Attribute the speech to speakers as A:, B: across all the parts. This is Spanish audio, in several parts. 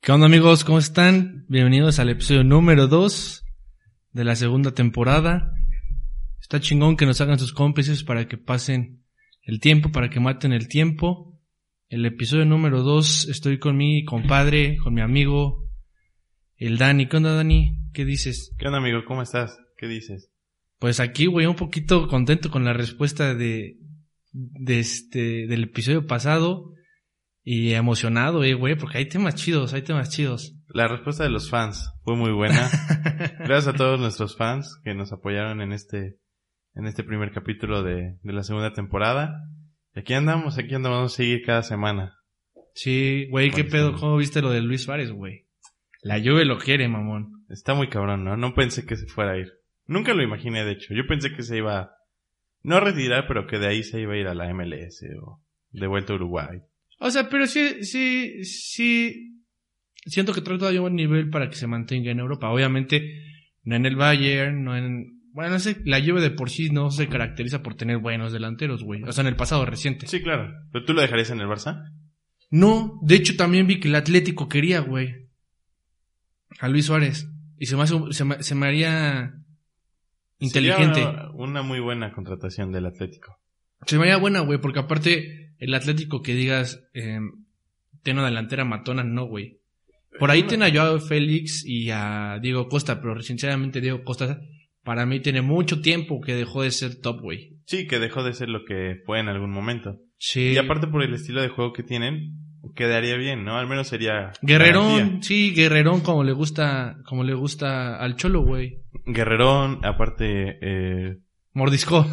A: ¿Qué onda amigos? ¿Cómo están? Bienvenidos al episodio número 2 de la segunda temporada. Está chingón que nos hagan sus cómplices para que pasen el tiempo, para que maten el tiempo. El episodio número 2 estoy con mi compadre, con mi amigo, el Dani. ¿Qué onda Dani? ¿Qué dices?
B: ¿Qué onda, amigo? ¿Cómo estás? ¿Qué dices?
A: Pues aquí, güey, un poquito contento con la respuesta de, de este, del episodio pasado. Y emocionado, eh, güey, porque hay temas chidos, hay temas chidos.
B: La respuesta de los fans fue muy buena. Gracias a todos nuestros fans que nos apoyaron en este, en este primer capítulo de, de la segunda temporada. Y aquí andamos, aquí andamos vamos a seguir cada semana.
A: Sí, güey, qué pedo, ¿cómo viste lo de Luis Suárez, güey? La lluvia lo quiere, mamón.
B: Está muy cabrón, ¿no? No pensé que se fuera a ir. Nunca lo imaginé, de hecho. Yo pensé que se iba, a- no a retirar, pero que de ahí se iba a ir a la MLS o de vuelta a Uruguay.
A: O sea, pero sí, sí, sí. Siento que trae todavía un buen nivel para que se mantenga en Europa. Obviamente, no en el Bayern, no en. Bueno, no sé, la lluvia de por sí no se caracteriza por tener buenos delanteros, güey. O sea, en el pasado reciente.
B: Sí, claro. ¿Pero tú lo dejarías en el Barça?
A: No, de hecho también vi que el Atlético quería, güey. A Luis Suárez. Y se me, hace- se me, se me haría inteligente.
B: Sería una- una muy buena contratación del Atlético.
A: Se me haría buena, güey, porque aparte el Atlético que digas, eh, tiene una delantera matona, no, güey. Por ahí
B: Una-
A: tiene a Joao Félix y a Diego Costa, pero sinceramente Diego Costa para mí tiene mucho tiempo que dejó de ser top, güey.
B: Sí, que dejó de ser lo que fue en algún momento.
A: Sí.
B: Y aparte por el estilo de juego que tienen, quedaría bien, ¿no? Al menos sería...
A: Guerrerón,
B: garantía.
A: sí, Guerrerón como le gusta, como le gusta al Cholo, güey.
B: Guerrerón, aparte eh,
A: Mordisco.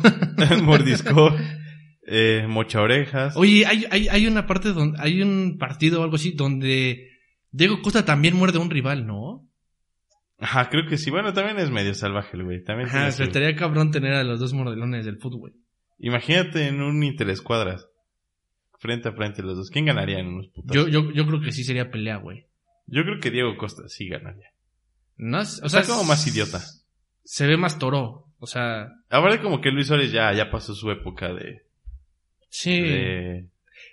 B: Mordisco, eh, Mocha Orejas.
A: Oye, hay, hay, hay una parte donde, hay un partido o algo así donde Diego Costa también muerde a un rival, ¿no?
B: Ajá, creo que sí. Bueno, también es medio salvaje el güey. También
A: Ajá,
B: tiene su-
A: se estaría cabrón tener a los dos mordelones del fútbol.
B: Imagínate en un interescuadras. Frente a frente los dos. ¿Quién ganaría en unos putos?
A: Yo, yo, yo creo que sí sería pelea, güey.
B: Yo creo que Diego Costa sí ganaría.
A: No, es- o
B: Está
A: sea,
B: como más idiota.
A: Se ve más toro. O sea,
B: Ahora como que Luis Suárez ya, ya pasó su época de,
A: sí.
B: de,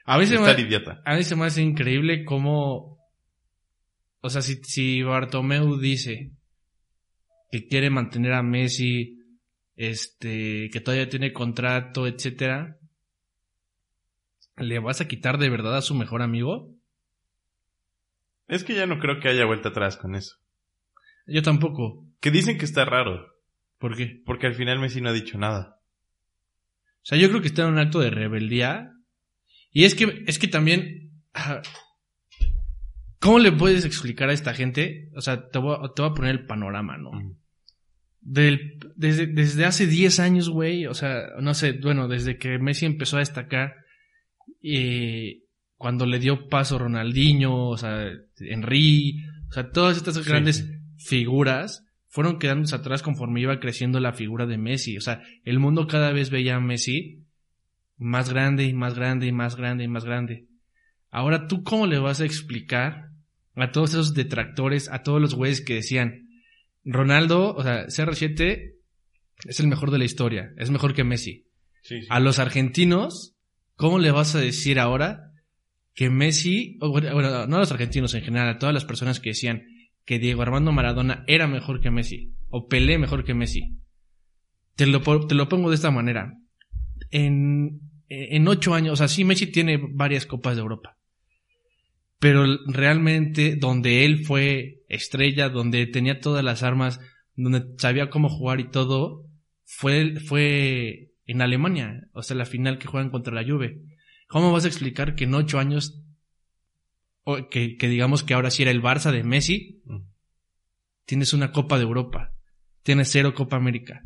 A: a, mí
B: de
A: se
B: estar
A: me,
B: idiota.
A: a mí se me hace increíble cómo. O sea, si, si Bartomeu dice que quiere mantener a Messi, este, que todavía tiene contrato, etcétera, ¿le vas a quitar de verdad a su mejor amigo?
B: Es que ya no creo que haya vuelta atrás con eso.
A: Yo tampoco.
B: Que dicen que está raro,
A: ¿Por qué?
B: porque al final Messi no ha dicho nada.
A: O sea, yo creo que está en un acto de rebeldía. Y es que, es que también. ah, ¿Cómo le puedes explicar a esta gente? O sea, te voy a, te voy a poner el panorama, ¿no? Del, desde, desde hace 10 años, güey. O sea, no sé, bueno, desde que Messi empezó a destacar. eh, cuando le dio paso Ronaldinho, o sea, Henry. O sea, todas estas
B: Sí.
A: grandes figuras fueron quedándose atrás conforme iba creciendo la figura de Messi. O sea, el mundo cada vez veía a Messi más grande y más grande y más grande y más grande. Ahora, ¿tú cómo le vas a explicar a todos esos detractores, a todos los güeyes que decían, Ronaldo, o sea, CR7 es el mejor de la historia, es mejor que Messi?
B: Sí, sí.
A: A los argentinos, ¿cómo le vas a decir ahora que Messi, o bueno, bueno, no a los argentinos en general, a todas las personas que decían que Diego Armando Maradona era mejor que Messi, o Pelé mejor que Messi? Te lo, po- te lo pongo de esta manera. En, en ocho años, o sea, sí, Messi tiene varias copas de Europa. Pero realmente donde él fue estrella, donde tenía todas las armas, donde sabía cómo jugar y todo, fue, fue en Alemania, o sea, la final que juegan contra la Juve. ¿Cómo vas a explicar que en ocho años, o que, que digamos que ahora sí era el Barça de Messi,
B: Mm.
A: tienes una Copa de Europa, tienes cero Copa América,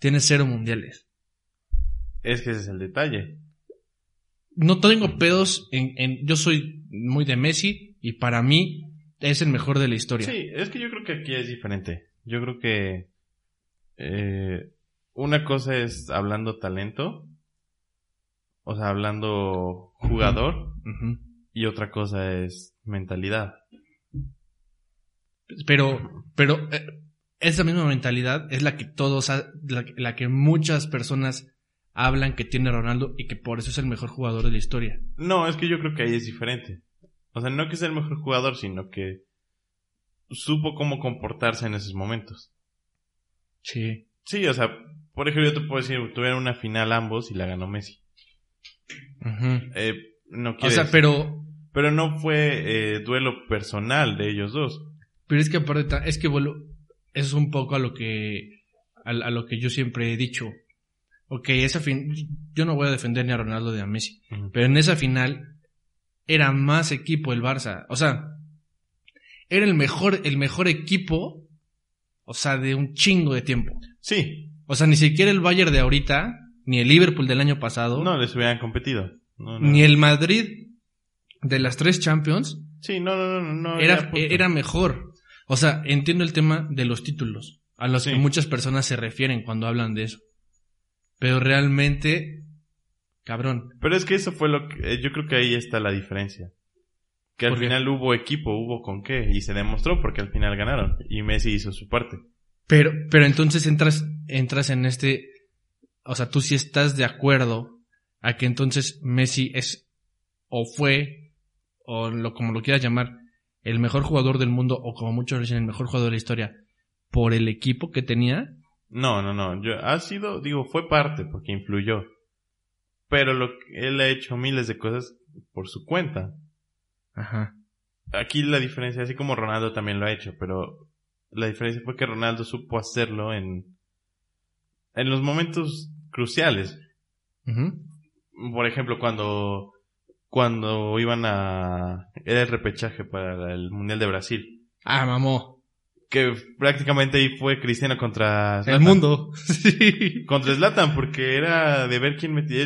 A: tienes cero Mundiales?
B: Es que ese es el detalle.
A: No tengo pedos en, en- yo soy muy de Messi y para mí es el mejor de la historia.
B: Sí, es que yo creo que aquí es diferente. Yo creo que eh, una cosa es hablando talento, o sea, hablando jugador,
A: Ujú.
B: y otra cosa es mentalidad.
A: Pero, pero eh, esa misma mentalidad es la que todos, ha- la, la que muchas personas hablan que tiene Ronaldo y que por eso es el mejor jugador de la historia.
B: No, es que yo creo que ahí es diferente. O sea, no que sea el mejor jugador, sino que supo cómo comportarse en esos momentos.
A: Sí.
B: Sí, o sea, por ejemplo, yo te puedo decir, tuvieron una final ambos y la ganó Messi.
A: Ujú.
B: Eh, no
A: O
B: quiere
A: sea,
B: decir-
A: pero,
B: pero no fue eh, duelo personal de ellos dos.
A: pero es que aparte, ta- es que vuelvo, eso es un poco a lo que, a, a lo que yo siempre he dicho. Ok, esa fin, yo no voy a defender ni a Ronaldo ni a Messi. Pero en esa final era más equipo el Barça. O sea, era el mejor, el mejor equipo, o sea, de un chingo de tiempo.
B: Sí,
A: O sea, ni siquiera el Bayern de ahorita, ni el Liverpool del año pasado,
B: no les hubieran competido. No, no.
A: ni el Madrid de las tres Champions
B: Sí, no, no, no, no.
A: e- era,
B: punto.
A: era mejor. O sea, entiendo el tema de los títulos, a los
B: Sí.
A: que muchas personas se refieren cuando hablan de eso. Pero realmente, cabrón.
B: Pero es que eso fue lo que... eh, Yo creo que ahí está la diferencia. Que al
A: ¿Por qué?
B: final hubo equipo, hubo con qué. Y se demostró porque al final ganaron. Y Messi hizo su parte.
A: Pero, pero entonces entras, entras en este. O sea, tú sí estás de acuerdo a que entonces Messi es, o fue, o lo, como lo quieras llamar, el mejor jugador del mundo, o como muchos dicen, el mejor jugador de la historia, por el equipo que tenía.
B: No, no, no. Yo, ha sido, digo, fue parte porque influyó. Pero lo que- él ha hecho miles de cosas por su cuenta.
A: Ajá.
B: Aquí la diferencia, así como Ronaldo también lo ha hecho, pero la diferencia fue que Ronaldo supo hacerlo en, en los momentos cruciales.
A: Ujú.
B: Por ejemplo, cuando, cuando iban a, era el repechaje para el Mundial de Brasil.
A: Ah, mamó.
B: Que prácticamente ahí fue Cristiano contra
A: El
B: Zlatan.
A: mundo. sí.
B: Contra Zlatan, porque era de ver quién metía.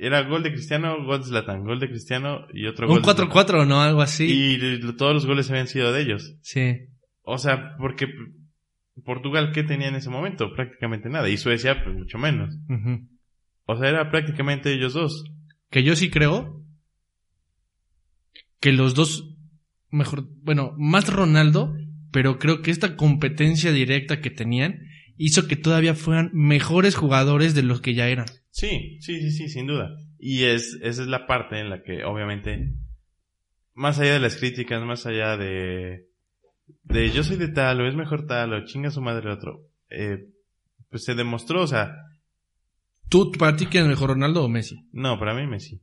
B: Era gol de Cristiano, gol de Zlatan, gol de Cristiano y otro
A: Un
B: gol. de Zlatan.
A: 4-4, ¿no? Algo así.
B: Y l- todos los goles habían sido de ellos.
A: Sí.
B: O sea, porque Portugal, ¿qué tenía en ese momento? Prácticamente nada. Y Suecia, pues mucho menos.
A: Ujú.
B: O sea, era prácticamente ellos dos.
A: que yo sí creo que los dos, mejor, bueno, más Ronaldo, pero creo que esta competencia directa que tenían hizo que todavía fueran mejores jugadores de los que ya eran.
B: Sí, sí, sí, sí, sin duda. Y es, esa es la parte en la que, obviamente, más allá de las críticas, más allá de, de yo soy de tal, o es mejor tal, o chinga su madre el otro, eh, pues se demostró, o sea,
A: ¿Tú, para ti, quién es mejor, Ronaldo o Messi?
B: no, para mí Messi.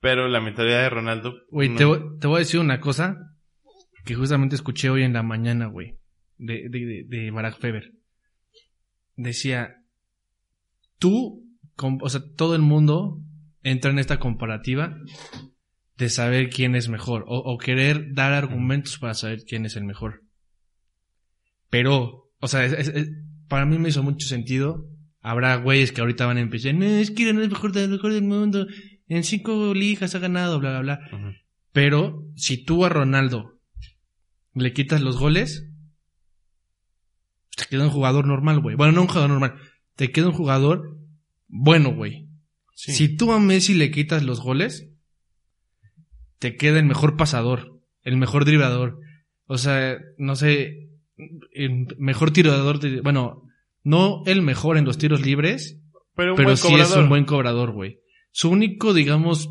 B: Pero la mentalidad de Ronaldo.
A: Güey,
B: no-
A: te, voy- te voy a decir una cosa que justamente escuché hoy en la mañana, güey, de, de, de, de Barack Feber. Decía, tú, com- o sea, todo el mundo entra en esta comparativa de saber quién es mejor o, o querer dar argumentos para saber quién es el mejor. Pero, o sea, es- es- es- para mí me hizo mucho sentido. Habrá güeyes que ahorita van a empezar, no, es que no es mejor, del- mejor del mundo, en cinco ligas ha ganado, bla, bla, bla.
B: Ujú.
A: Pero si tú a Ronaldo le quitas los goles, te queda un jugador normal, güey. Bueno, no un jugador normal, te queda un jugador bueno, güey.
B: Sí.
A: Si tú a Messi le quitas los goles, te queda el mejor pasador, el mejor driblador. O sea, no sé, el mejor tirador, de- bueno, no el mejor en los tiros libres,
B: pero un
A: pero
B: buen
A: sí es
B: cobrador.
A: un buen cobrador, güey. Su único, digamos,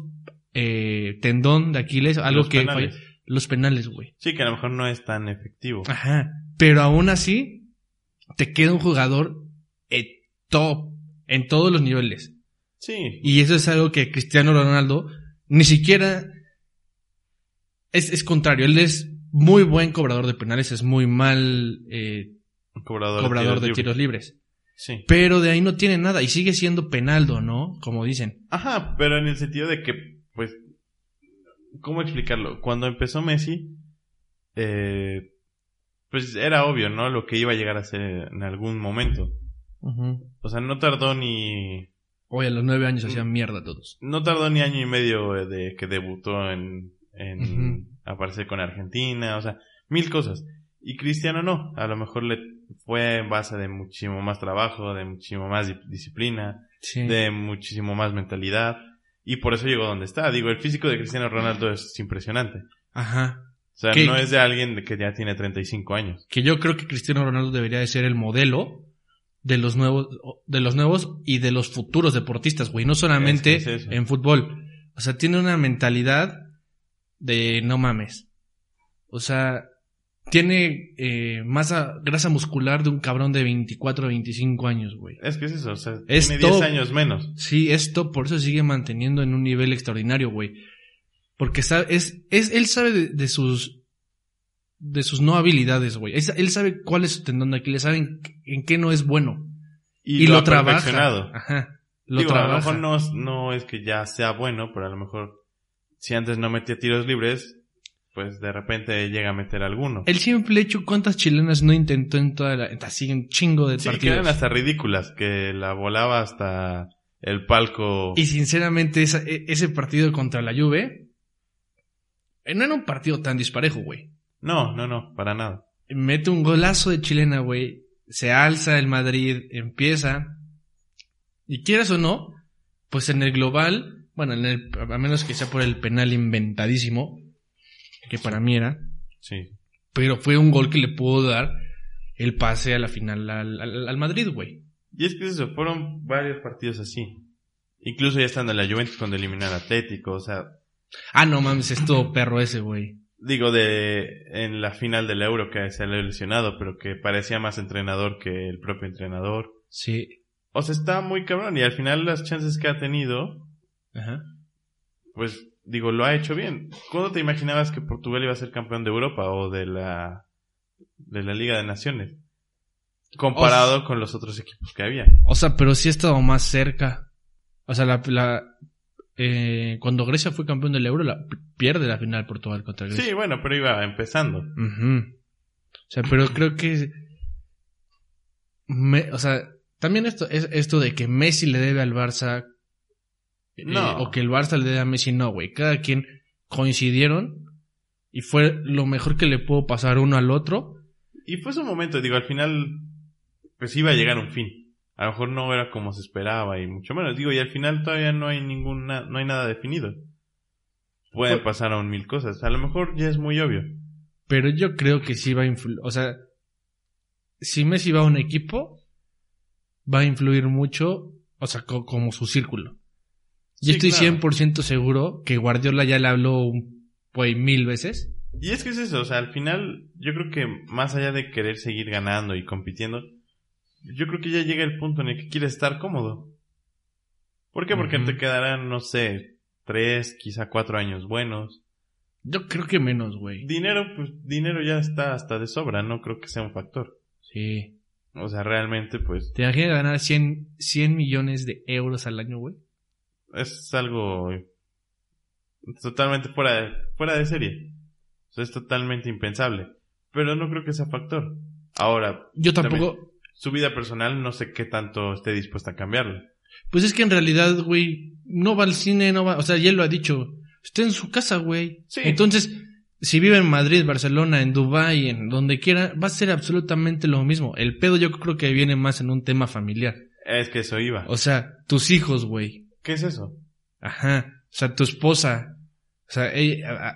A: eh, tendón de Aquiles, algo
B: Los
A: que
B: penales.
A: falla- los penales, güey.
B: Sí, que a lo mejor no es tan efectivo.
A: Ajá. Pero aún así, te queda un jugador eh, top en todos los niveles.
B: Sí,
A: Y eso es algo que Cristiano Ronaldo ni siquiera es, es contrario. Él es muy buen cobrador de penales, es muy mal eh,
B: un cobrador,
A: cobrador de
B: libres.
A: tiros libres.
B: Sí.
A: Pero de ahí no tiene nada y sigue siendo penaldo, ¿no? Como dicen.
B: Ajá, pero en el sentido de que, pues, ¿cómo explicarlo? Cuando empezó Messi, eh, pues era obvio, ¿no? Lo que iba a llegar a ser en algún momento. O sea, no tardó ni,
A: Oye, a los nueve años hacían mierda todos.
B: no tardó ni año y medio eh, de que debutó en, en aparecer con Argentina, o sea, mil cosas. Y Cristiano no, a lo mejor le fue en base de muchísimo más trabajo, de muchísimo más di- disciplina,
A: Sí.
B: de muchísimo más mentalidad. Y por eso llegó donde está. Digo, el físico de Cristiano Ronaldo es impresionante.
A: Ajá.
B: O sea,
A: ¿Qué?
B: no es de alguien de que ya tiene 35 años.
A: Que yo creo que Cristiano Ronaldo debería de ser el modelo de los nuevos, de los nuevos y de los futuros deportistas, güey. No solamente
B: Es que es eso.
A: en fútbol. O sea, tiene una mentalidad de no mames. O sea, tiene eh, masa, grasa muscular de un cabrón de 24, 25 años, güey.
B: Es que es eso, o sea,
A: Es
B: tiene
A: top.
B: 10 años menos.
A: Sí, esto por eso sigue manteniendo en un nivel extraordinario, güey. Porque sabe, es, es, él sabe de, de sus de sus no habilidades, güey. Es- Él sabe cuál es su tendón de Aquiles, sabe en, en qué no es bueno. Y, lo,
B: ha perfeccionado.
A: trabaja. Ajá. Lo
B: Digo,
A: trabaja.
B: a lo mejor no, es- no es que ya sea bueno, pero a lo mejor si antes no metía tiros libres, pues de repente llega a meter alguno.
A: El simple hecho, ¿cuántas chilenas no intentó en toda la... Así un chingo de
B: Sí, que
A: partidos.
B: eran hasta ridículas, que la volaba hasta el palco.
A: Y sinceramente, esa- e- ese partido contra la Juve... eh, No era un partido tan disparejo, güey.
B: No, no, no, para nada.
A: mete un golazo de chilena, güey. Se alza el Madrid, empieza. Y quieras o no, pues en el global, bueno, en el, a menos que sea por el penal inventadísimo, que para mí era,
B: Sí.
A: pero fue un gol que le pudo dar el pase a la final al, al- al Madrid, güey.
B: Y es que eso, fueron varios partidos así. Incluso ya estando en la Juventus cuando eliminan al Atlético, o sea,
A: Ah, no mames, es todo perro ese, güey.
B: digo de en la final del Euro que se le ha lesionado, pero que parecía más entrenador que el propio entrenador.
A: Sí.
B: O sea, está muy cabrón y al final las chances que ha tenido,
A: Ajá.
B: pues digo, lo ha hecho bien. ¿Cuándo te imaginabas que Portugal iba a ser campeón de Europa o de la de la Liga de Naciones? Comparado con los otros equipos que había.
A: O sea, pero sí ha estado más cerca. O sea, la, la- eh, cuando Grecia fue campeón del Euro, la, pierde la final Portugal contra Grecia.
B: Sí, bueno, pero iba empezando.
A: Ujú. O sea, pero creo que. me- o sea, también esto es esto de que Messi le debe al Barça. eh,
B: No.
A: o que el Barça le debe a Messi, no, güey. Cada quien coincidieron y fue lo mejor que le pudo pasar uno al otro.
B: Y fue su momento, digo, al final, pues iba a llegar un fin. A lo mejor no era como se esperaba y mucho menos. Digo, y al final todavía no hay ninguna, no hay nada definido. Pueden
A: Fue-
B: pasar aún mil cosas. A lo mejor ya es muy obvio.
A: Pero yo creo que sí va a influir. O sea, si Messi va a un equipo, va a influir mucho, o sea, co- como su círculo. Yo
B: Sí,
A: estoy
B: claro.
A: 100% seguro que Guardiola ya le habló, un- güey, mil veces.
B: Y es que es eso, o sea, al final, yo creo que más allá de querer seguir ganando y compitiendo, yo creo que ya llega el punto en el que quieres estar cómodo. ¿Por qué? Porque
A: Ujú.
B: te quedarán, no sé, tres, quizá cuatro años buenos.
A: Yo creo que menos, güey.
B: Dinero, pues dinero ya está hasta de sobra, no creo que sea un factor.
A: Sí.
B: O sea, realmente, pues,
A: ¿Te imaginas ganar 100, 100 millones de euros al año, güey?
B: es algo totalmente fuera de, fuera de serie. O sea, es totalmente impensable. Pero no creo que sea factor. Ahora,
A: Yo tampoco.
B: su vida personal no sé qué tanto esté dispuesta a cambiarlo.
A: Pues es que en realidad, güey, no va al cine, no va. O sea, ya lo ha dicho. Está en su casa, güey.
B: Sí.
A: Entonces, si vive en Madrid, Barcelona, en Dubái, en donde quiera, va a ser absolutamente lo mismo. El pedo yo creo que viene más en un tema familiar.
B: Es que eso iba.
A: O sea, tus hijos, güey.
B: ¿Qué es eso?
A: Ajá. O sea, tu esposa. O sea, ella- a- a-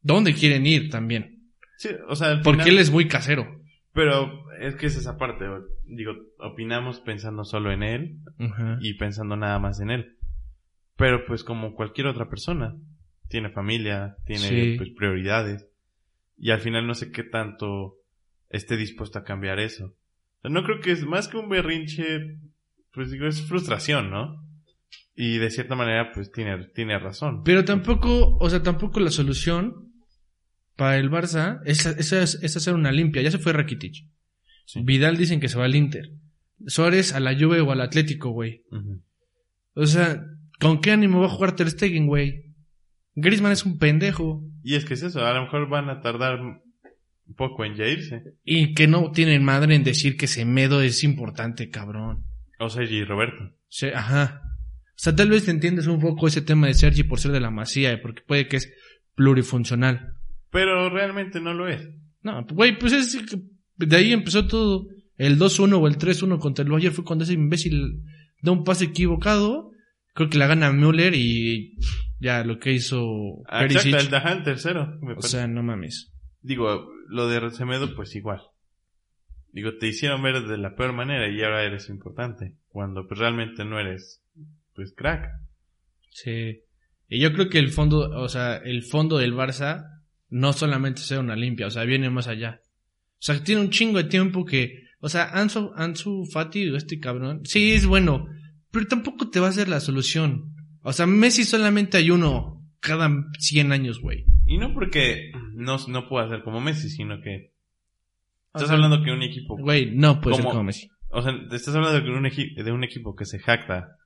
A: ¿dónde quieren ir también?
B: Sí, o sea, al
A: Porque
B: final-
A: él es muy casero.
B: Pero es que es esa parte. o- Digo, opinamos pensando solo en él
A: Ajá.
B: y pensando nada más en él. Pero pues como cualquier otra persona, tiene familia, tiene
A: Sí.
B: pues, prioridades. Y al final no sé qué tanto esté dispuesto a cambiar eso. O sea, no creo que es más que un berrinche, pues digo, es frustración, ¿no? Y de cierta manera pues tiene, tiene razón.
A: Pero tampoco, o sea, tampoco la solución para el Barça es, es- es- es hacer una limpia. Ya se fue Rakitic.
B: Sí.
A: Vidal dicen que se va al Inter. Suárez a la Juve o al Atlético, güey.
B: Ujú.
A: O sea, ¿con qué ánimo va a jugar Ter Stegen, güey? Griezmann es un pendejo.
B: Y es que es eso, a lo mejor van a tardar un poco en ya irse.
A: Y que no tienen madre en decir que Semedo es importante, cabrón.
B: O sea, y Roberto.
A: Se- ajá. O sea, tal vez te entiendes un poco ese tema de Sergi por ser de la Masía, eh, porque puede que es plurifuncional.
B: Pero realmente no lo es.
A: No, güey, pues es que de ahí empezó todo. El 2-1 o el 3-1 contra el Bayern fue cuando ese imbécil da un pase equivocado. Creo que la gana Müller y ya lo que hizo
B: Ah, Exacto, el
A: Perisic.
B: Dahan tercero. me
A: O
B: parece.
A: sea, no mames.
B: Digo, lo de Semedo, pues igual. Digo, te hicieron ver de la peor manera y ahora eres importante. Cuando pues, realmente no eres, pues, crack.
A: Sí. Y yo creo que el fondo, o sea, el fondo del Barça no solamente sea una limpia, o sea, viene más allá. O sea, tiene un chingo de tiempo que, o sea, Ansu, Ansu Fati, este cabrón, sí es bueno, pero tampoco te va a ser la solución. O sea, Messi solamente hay uno cada 100 años, güey.
B: Y no porque no, no pueda ser como Messi, sino que.
A: O
B: Estás
A: sea,
B: hablando que un equipo.
A: Güey, no puede
B: ¿Cómo?
A: ser como Messi.
B: O sea, te estás hablando de que un, eji- de un equipo que se jacta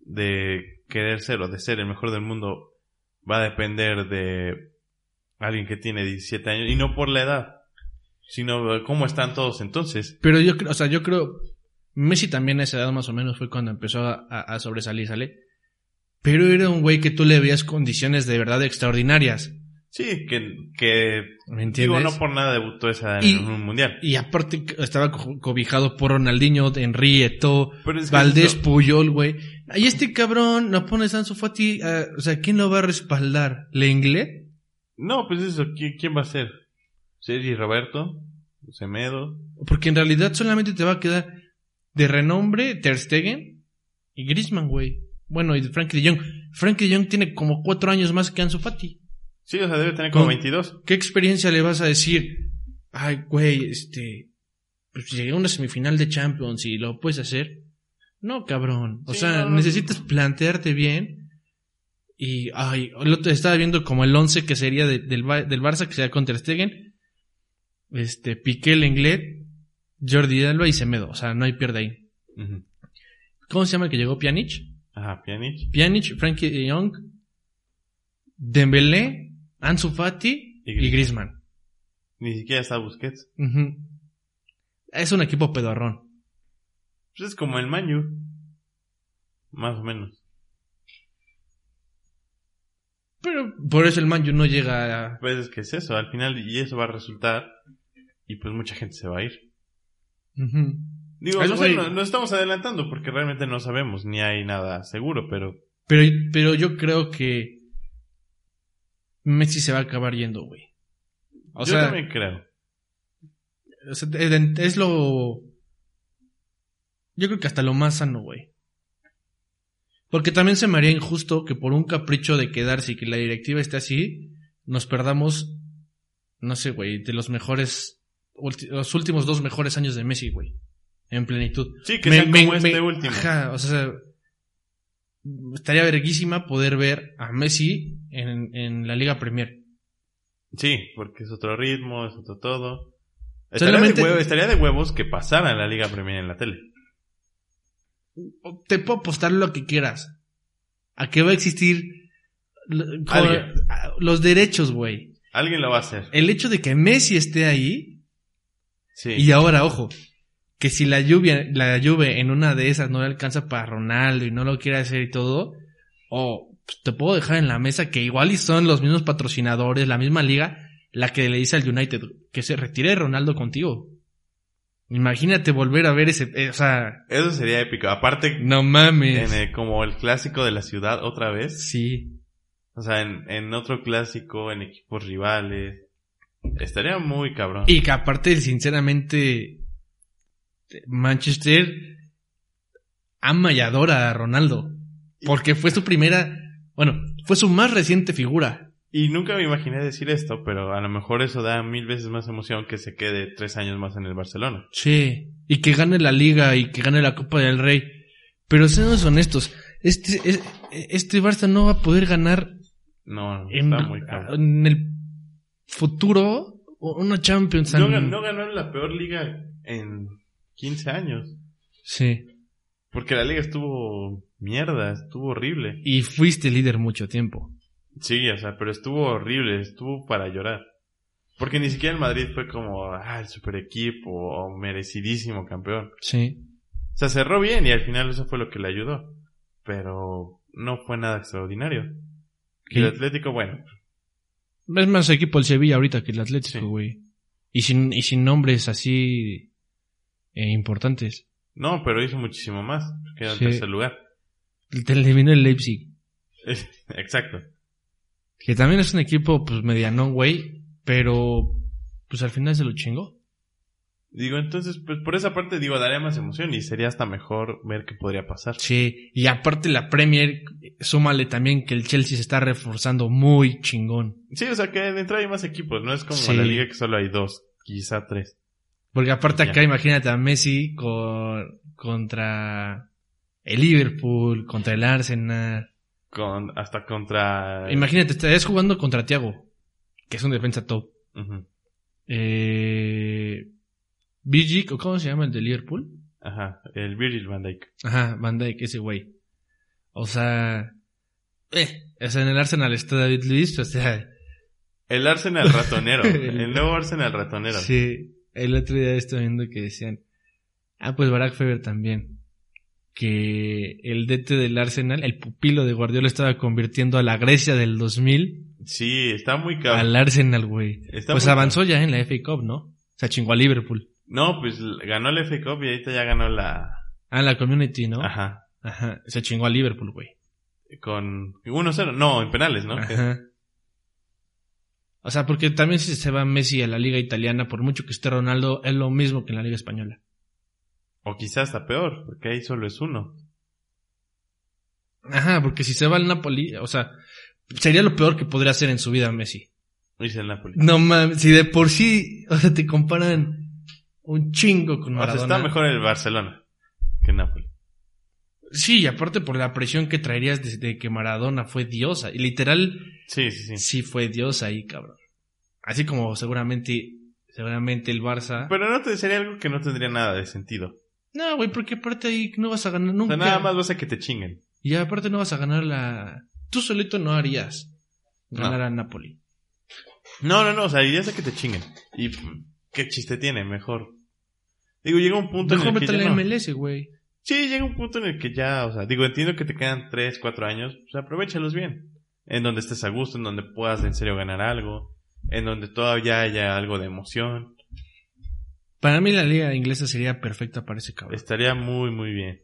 B: de querer ser o de ser el mejor del mundo. Va a depender de alguien que tiene 17 años. Y no por la edad, sino cómo están todos entonces.
A: Pero yo creo, o sea, yo creo, Messi también a esa edad más o menos fue cuando empezó a, a- a sobresalir, ¿sale? Pero era un güey que tú le veías condiciones de verdad extraordinarias.
B: Sí, que, que
A: ¿Me
B: digo,
A: entiendes?
B: no por nada debutó esa edad
A: Y-
B: en un mundial.
A: Y aparte estaba co- cobijado por Ronaldinho, Henry, Eto'o,
B: Pero es que
A: Valdés,
B: eso-
A: Puyol, güey. Y este cabrón, lo pones Ansu Fati, ah, o sea, ¿quién lo va a respaldar? ¿Le inglés?
B: No, pues eso, ¿quién, quién va a ser? Sergi Roberto, Semedo.
A: Porque en realidad solamente te va a quedar de renombre Ter Stegen y Griezmann, güey. Bueno, y Frankie de Jong. Frankie de Jong tiene como cuatro años más que Ansu Fati.
B: Sí, o sea, debe tener como
A: Con-
B: 22.
A: ¿Qué experiencia le vas a decir? Ay, güey, este... Pues llegué a una semifinal de Champions y lo puedes hacer. No, cabrón. O
B: Sí,
A: sea,
B: no, no.
A: necesitas plantearte bien. Y, ay, el otro estaba viendo como el 11 que sería de- del, Ba- del Barça, que sería con Ter Stegen. Este, Piqué, Lenglet, Jordi Alba y Semedo. O sea, no hay pierde ahí.
B: Ujú.
A: ¿Cómo se llama el que llegó? Pjanic.
B: Ajá, Pjanic
A: Pjanic, Frankie de Jong, Dembélé, Ansu Fati
B: Y Griezmann.
A: y Griezmann.
B: Ni siquiera está Busquets.
A: Ujú. Es un equipo pedorrón.
B: Pues es como el Manu. Más o menos.
A: Pero por eso el Man U no llega a...
B: Pues es que es eso, al final, y eso va a resultar. Y pues mucha gente se va a ir.
A: Ujú.
B: Digo,
A: Ay,
B: no, sé,
A: güey.
B: no- nos estamos adelantando porque realmente no sabemos, ni hay nada seguro, pero
A: Pero, pero yo creo que Messi se va a acabar yendo, güey. O
B: yo
A: sea,
B: también creo.
A: o sea, es- es lo... Yo creo que hasta lo más sano, güey. Porque también se me haría injusto que por un capricho de quedarse y que la directiva esté así, nos perdamos, no sé, güey, de los mejores, ulti- los últimos dos mejores años de Messi, güey. En plenitud.
B: Sí, que sea como este
A: me-
B: último.
A: Ajá, o sea, estaría verguísima poder ver a Messi en, en la Liga Premier.
B: Sí, porque es otro ritmo, es otro todo. Estaría,
A: Solamente-
B: de, huevo- estaría de huevos que pasara la Liga Premier en la tele.
A: O- Te puedo apostar lo que quieras. A que va a existir l- co-
B: Alguien.
A: a- los derechos, güey.
B: Alguien lo va a hacer.
A: El hecho de que Messi esté ahí,
B: Sí.
A: y ahora, ojo, que si la lluvia, la lluvia en una de esas no le alcanza para Ronaldo y no lo quiere hacer y todo, o pues, te puedo dejar en la mesa que igual y son los mismos patrocinadores, la misma liga, la que le dice al United que se retire Ronaldo contigo. Imagínate volver a ver ese, eh, o sea,
B: Eso sería épico. Aparte,
A: no mames.
B: en el- como el clásico de la ciudad otra vez.
A: Sí.
B: O sea, en, en otro clásico, en equipos rivales. Estaría muy cabrón.
A: Y que aparte, sinceramente, Manchester ama y adora a Ronaldo. Porque fue su primera, bueno, fue su más reciente figura.
B: Y nunca me imaginé decir esto, pero a lo mejor eso da mil veces más emoción que se quede tres años más en el Barcelona.
A: Sí. Y que gane la liga y que gane la Copa del Rey. Pero seamos honestos, este, es- este Barça no va a poder ganar
B: No,
A: en,
B: está muy cabrón.
A: en el futuro una Champions.
B: No,
A: en-
B: gan- no ganó la peor liga en 15 años.
A: Sí.
B: Porque la liga estuvo mierda, estuvo horrible.
A: Y fuiste líder mucho tiempo.
B: Sí, o sea, pero estuvo horrible, estuvo para llorar. Porque ni siquiera el Madrid fue como, ah, el super equipo o merecidísimo campeón.
A: Sí.
B: O sea, cerró bien y al final eso fue lo que le ayudó. Pero no fue nada extraordinario. Y el
A: Y-
B: Atlético, bueno,
A: Es más equipo el Sevilla ahorita que el Atlético,
B: Sí.
A: güey. Y sin, y sin nombres así eh, importantes.
B: no, pero hizo muchísimo más. Quedó en
A: Sí.
B: tercer lugar.
A: Te eliminó el Leipzig,
B: Exacto.
A: que también es un equipo pues medianón, güey, pero pues al final se lo chingó.
B: Digo, entonces, pues por esa parte, digo, daría más emoción y sería hasta mejor ver qué podría pasar.
A: Sí, y aparte la Premier, súmale también que el Chelsea se está reforzando muy chingón.
B: Sí, o sea, que de entrada hay más equipos, no es como
A: Sí.
B: la liga que solo hay dos, quizá tres.
A: Porque aparte
B: Ya.
A: acá imagínate a Messi con, contra el Liverpool, contra el Arsenal.
B: Con, hasta contra...
A: Imagínate, estás jugando contra Thiago, que es un defensa top.
B: Ujú,
A: Eh, Vigic, ¿o cómo se llama el de Liverpool?
B: Ajá, el Virgil van Dijk.
A: Ajá, Van Dijk, ese güey. O sea, eh, o sea, en el Arsenal está David Luiz, o sea,
B: El Arsenal ratonero,
A: El-
B: el nuevo Arsenal ratonero.
A: Sí, el otro día estaba viendo que decían, ah, pues Barack Feber también, que el DT del Arsenal, el pupilo de Guardiola estaba convirtiendo a la Grecia del 2000
B: Sí, está muy cabrón.
A: al Arsenal, güey.
B: Está
A: Pues
B: muy
A: avanzó ya en la FA Cup, ¿no? O sea, chingó a Liverpool.
B: cabrón. No, pues ganó el FA Cup y ahorita ya ganó la...
A: Ah, la Community, ¿no? Ajá.
B: Ajá,
A: Se chingó a Liverpool, güey.
B: con 1-0. No, en penales, ¿no?
A: Ajá. O sea, porque también si se va Messi a la liga italiana, por mucho que esté Ronaldo, es lo mismo que en la liga española.
B: O quizás está peor, porque ahí solo es uno.
A: Ajá, porque si se va al Napoli, o sea, sería lo peor que podría hacer en su vida Messi.
B: Dice el Napoli.
A: No mames, si de por sí, o sea, te comparan un chingo con
B: O sea,
A: Maradona.
B: está mejor el Barcelona que el Napoli.
A: Sí, y aparte por la presión que traerías desde que Maradona fue diosa. Y literal,
B: Sí, sí, sí.
A: sí fue diosa ahí, cabrón. Así como seguramente, seguramente el Barça.
B: Pero no te, sería algo que no tendría nada de sentido.
A: no, güey, porque aparte ahí no vas a ganar
B: O
A: nunca.
B: sea, nada más vas a que te chinguen.
A: Y aparte no vas a ganar la... Tú solito no harías ganar
B: No.
A: a Napoli.
B: No, no, no, o sea, irías a que te chinguen. Y pff, qué chiste tiene, mejor. Digo, llega un punto
A: Mejor
B: en el
A: vete
B: que
A: a
B: ya
A: la
B: no-
A: MLS, güey.
B: Sí, llega un punto en el que ya, o sea, digo, entiendo que te quedan 3, 4 años, pues aprovechalos bien. En donde estés a gusto, en donde puedas en serio ganar algo, en donde todavía haya algo de emoción.
A: Para mí la liga inglesa sería perfecta para ese cabrón.
B: Estaría muy, muy bien.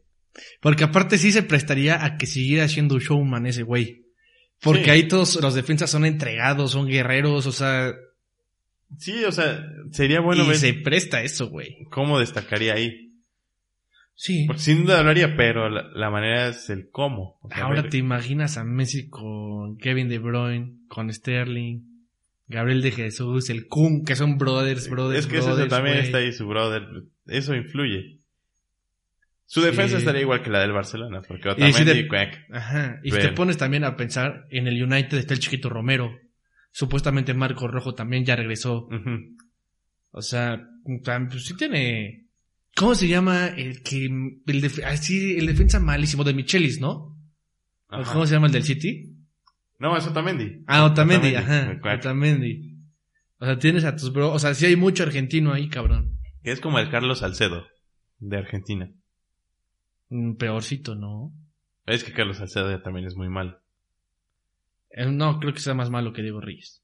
A: Porque aparte sí se prestaría a que siguiera siendo showman ese güey. Porque
B: Sí.
A: ahí todos los defensas son entregados, son guerreros, o sea,
B: Sí, o sea, sería bueno
A: y
B: ver
A: se presta eso, güey.
B: cómo destacaría ahí.
A: Sí.
B: Porque sin duda hablaría, pero la, la manera es el cómo. O sea,
A: Ahora
B: ver-
A: te imaginas a Messi con Kevin De Bruyne, con Sterling, Gabriel de Jesús, el Kun, que son brothers, brothers,
B: Es que eso
A: brothers,
B: también
A: güey.
B: está ahí, su brother. Eso influye. Su
A: Sí.
B: defensa estaría igual que la del Barcelona, porque
A: Y si
B: Otamendi
A: de-
B: y Cuac.
A: Ajá. Y si
B: Pero-
A: te pones también a pensar, en el United está el chiquito Romero. Supuestamente Marco Rojo también ya regresó.
B: Ujú.
A: O sea, tam- pues sí tiene. ¿Cómo se llama el que. El, def- ah, sí, el defensa malísimo de Michelis, ¿no? ¿O
B: Ajá.
A: Pues, ¿Cómo se llama el del City?
B: No, es Otamendi.
A: Ah, Otamendi, ajá.
B: el Cuac,
A: Otamendi. O sea, tienes a tus bro. O sea, sí hay mucho argentino ahí, cabrón.
B: Que es como el Carlos Salcedo de Argentina.
A: Mm, Peorcito, ¿no?
B: Es que Carlos Salcedo ya también es muy malo.
A: Eh, No, creo que sea más malo que Diego Reyes.